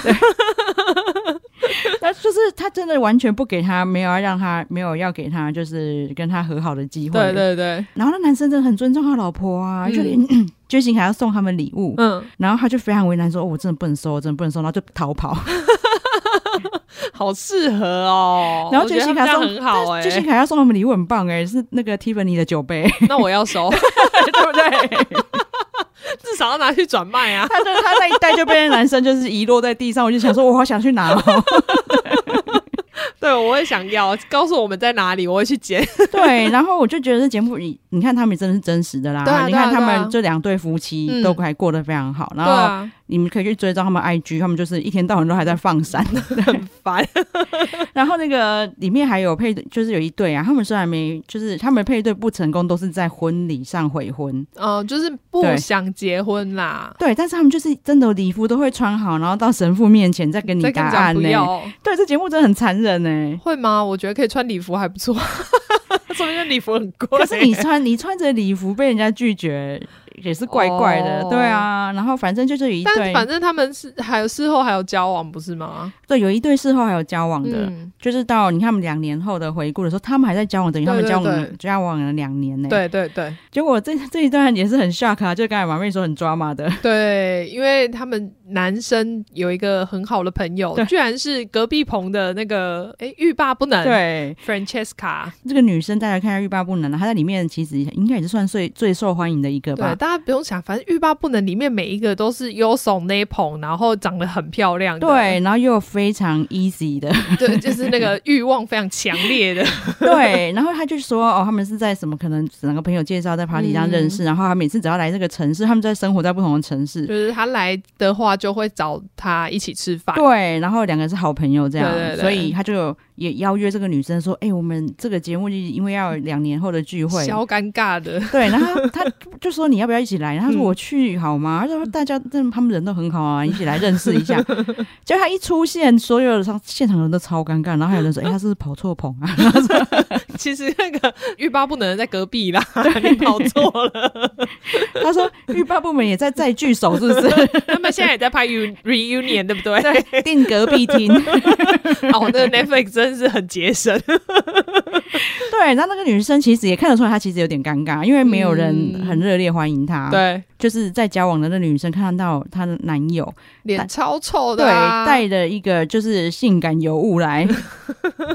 那就是他真的完全不给他，没有要让他，没有要给他，就是跟他和好的机会。
对对对，
然后那男生真的很尊重他老婆啊，
嗯
就连 追星还要送他们礼物，
嗯，
然后他就非常为难说：“哦，我真的不能收，我真的不能收。”然后就逃跑。
好适合哦。
然后
我觉得
Jessica
他们这样
送
很好 哎、
追星还要送他们礼物，很棒哎、是那个 Tiffany 的酒杯，
那我要 收，
对不对？
至少要拿去转卖啊。
他就他那一带就被那男生就是遗落在地上，我就想说，我好想去拿哦。
对，我也想要，告诉我们在哪里，我会去捡。
对，然后我就觉得这节目，你你看他们真的是真实的啦，
对啊
你看
对啊
他
对啊
们这两对夫妻
嗯
都还过得非常好，然
对
后
啊，
你们可以去追踪他们 IG，他们就是一天到晚都还在放 闪。
很烦。
然后那个里面还有配，就是有一对啊，他们虽然没，就是他们配对不成功，都是在婚礼上悔婚。
嗯，就是不
对
想结婚啦，
对，但是他们就是真的礼服都会穿好，然后到神父面前再跟你
再跟
答
你讲
案
不
呢、
要，
对，这节目真的很残忍呢、
会吗？我觉得可以穿礼服还不错， 说明这礼服很贵。
可是你穿你穿着礼服被人家拒绝也是怪怪的，
哦
对啊。然后反正就是有一
但
对，
反正他们是还有事后还有交往，不是吗？
对有一对事后还有交往的，
嗯，
就是到你看他们两年后的回顾的时候，他们还在交往，等于他们
对对
交往了
对
交往了两年呢、，
对对对
结果这这一段也是很 shock 啊，就刚才马妹说很抓马的，
对，因为他们男生有一个很好的朋友
对，
居然是隔壁棚的那个哎欲罢不能，
对
，Francesca，
这个女生大家看下欲罢不能了，她在里面其实应该也是算最最受欢迎的一个
对，
吧。
大家不用想，反正欲罢不能里面每一个都是优手那捧，然后长得很漂亮的，
对，然后又有非常 easy 的，
对，就是那个欲望非常强烈 的，
对，然后他就说哦，他们是在什么可能哪个朋友介绍在 party 上认
嗯
识，然后他每次只要来这个城市，他们在生活在不同的城市，
就是他来的话就会找他一起吃饭，
对，然后两个人是好朋友这样，
对对对
所以他就也邀约这个女生说，哎、我们这个节目就因为要有两年后的聚会，
超尴 尬的，
对，然后 他他就说你要不要一起来？然后他说
嗯
我去好吗？他说大家但他们人都很好啊，一起来认识一 下。结果他一出现，所有的上现场人都超尴尬，然后还有人说，哎、他是不是跑错棚啊？
其实那个欲罢不能的在隔壁啦，你跑错 了。
他说欲罢不能也在再聚首，是不是？
他们现在也在拍 u reunion，对不对？
在定隔壁厅。
哦，那个 Netflix 真是很节省，
对，然后那个女生其实也看得出来，她其实有点尴尬，因为没有人
嗯
很热烈欢迎她。，
对，
就是在交往的那女生看到她的男友，
脸超臭
对
的、啊，，
带了一个就是性感尤物来，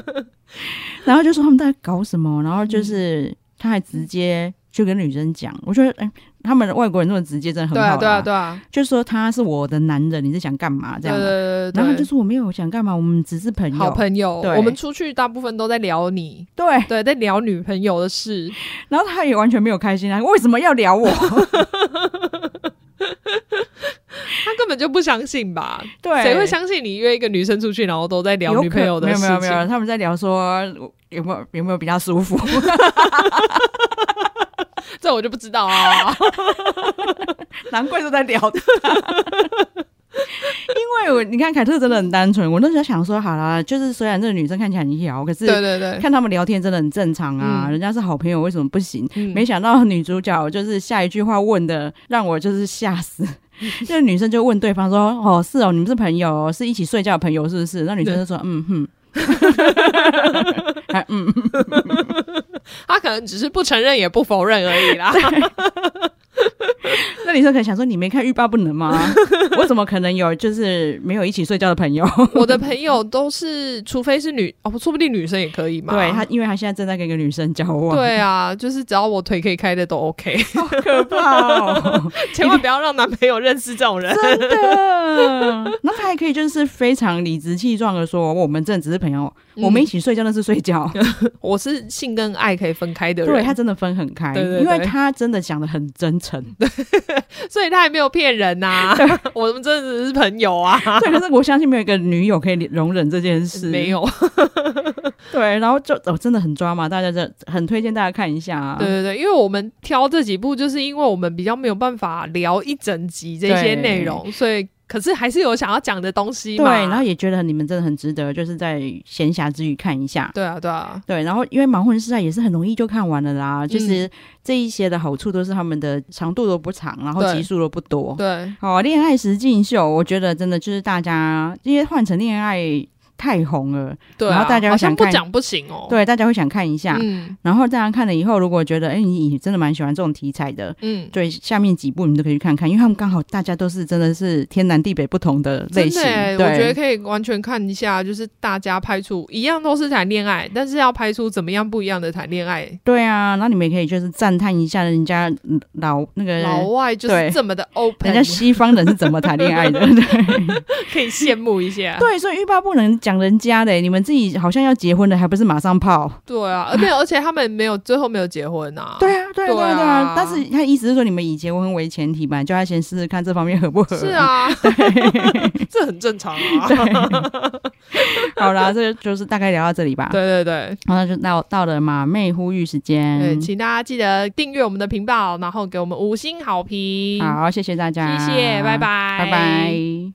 然后就说他们在搞什么，然后就是他还直接就跟女生讲，我觉得哎、他们外国人那么直接真的很
对
好
啊，
啦，
对啊，对啊，
就说他是我的男人，你是想干嘛这
对
样嘛？
对对对对，
然后他就说我没有想干嘛，我们只是朋友。
好朋友，
对
我们出去大部分都在聊你，
对，
对，在聊女朋友的事，
然后他也完全没有开心啊，为什么要聊我？
他根本就不相信吧？
对，
谁会相信你约一个女生出去，然后都在聊
有
女朋友的
可
事
没
情？
有没有没有，他们在聊说有没有有没有比较舒服。
这我就不知道啊。
难怪都在聊他。 因为我你看凯特真的很单纯，我那时候想说，好啦，就是虽然这个女生看起来很小，可 是
对对对，
看他们聊天真的很正常啊，
嗯
人家是好朋友，为什么不行？
嗯
没想到女主角就是下一句话问的，让我就是吓死。 那女生就问对方说：“哦，是哦，你们是朋友哦，是一起睡觉的朋友，是不是？”那女生就说：“嗯哼。还”嗯，
他可能只是不承认也不否认而已啦。
那女生可能想说：“你没看欲罢不能吗？ 我怎么可能有就是没有一起睡觉的朋友？”
我的朋友都是，除非是女哦，说不定女生也可以嘛。
对他，因为他现在正在跟一个女生交往，，
对啊，就是只要我腿可以开的 都 OK，
好可怕哦，
千万不要让男朋友认识这种人。
真的。那他还可以就是非常理直气壮的说，我们真的只是朋友，
嗯
我们一起睡觉那是睡 觉。
我是性跟爱可以分开的
对
人
他，真的分很开，
对对对
因为他真的讲的很真 诚。
所以他也没有骗人呐、 我们真的只是朋友啊，
对，可是我相信没有一个女友可以容忍这件事，
没。有。
对，然后就哦，真的很抓嘛，大家这很推荐大家看一下啊。
对对对，因为我们挑这几部，就是因为我们比较没有办法聊一整集这些
对
内容，所以可是还是有想要讲的东西
对，
嘛。
然后也觉得你们真的很值得，就是在闲暇之余看一下。
对啊对啊，
对，然后因为《盲婚试爱》也是很容易就看完了啦。其
嗯
实这一些的好处都是他们的长度都不长，然后
对
集数都不多。
对，
好，哦恋爱实境秀，我觉得真的就是大家，因为换成恋爱太红了，
对啊、
然后大家
好
想
像不
看
讲不行哦。
对，大啊家会想看一下。
嗯
然后大家看了以后，如果觉得哎，你你真的蛮喜欢这种题材的，
嗯，
对，下面几部你们都可以去看看，因为他们刚好大家都是真的是天南地北不同的类
真
型
的欸，。我
对
觉得可以完全看一下，就是大家拍出一样都是谈恋爱，但是要拍出怎么样不一样的谈恋爱。
对啊，然后你们也可以就是赞叹一下人家嗯老那个
老外就
对
是这么的
人
open，
家西方人是怎么谈恋爱的？对啊
可以羡慕一 下。
对，所以欲罢不能讲人家的、欸你们自己好像要结婚了，还不是马上泡？
对啊，而且而且他们没有最后没有结婚啊。
对啊，对啊，对
对
啊，
啊
对啊。但是他意思是说，你们以结婚为前提吧，你就要先试试看这方面合不合。
是， 啊， 这很正常 啊。
好啦，这就是大概聊到这里吧。，
对对对
然后就到到了马妹呼吁时间
对，。请大家记得订阅我们的频道，然后给我们五星好评。
好，谢谢大家，
谢谢，拜拜，
拜拜。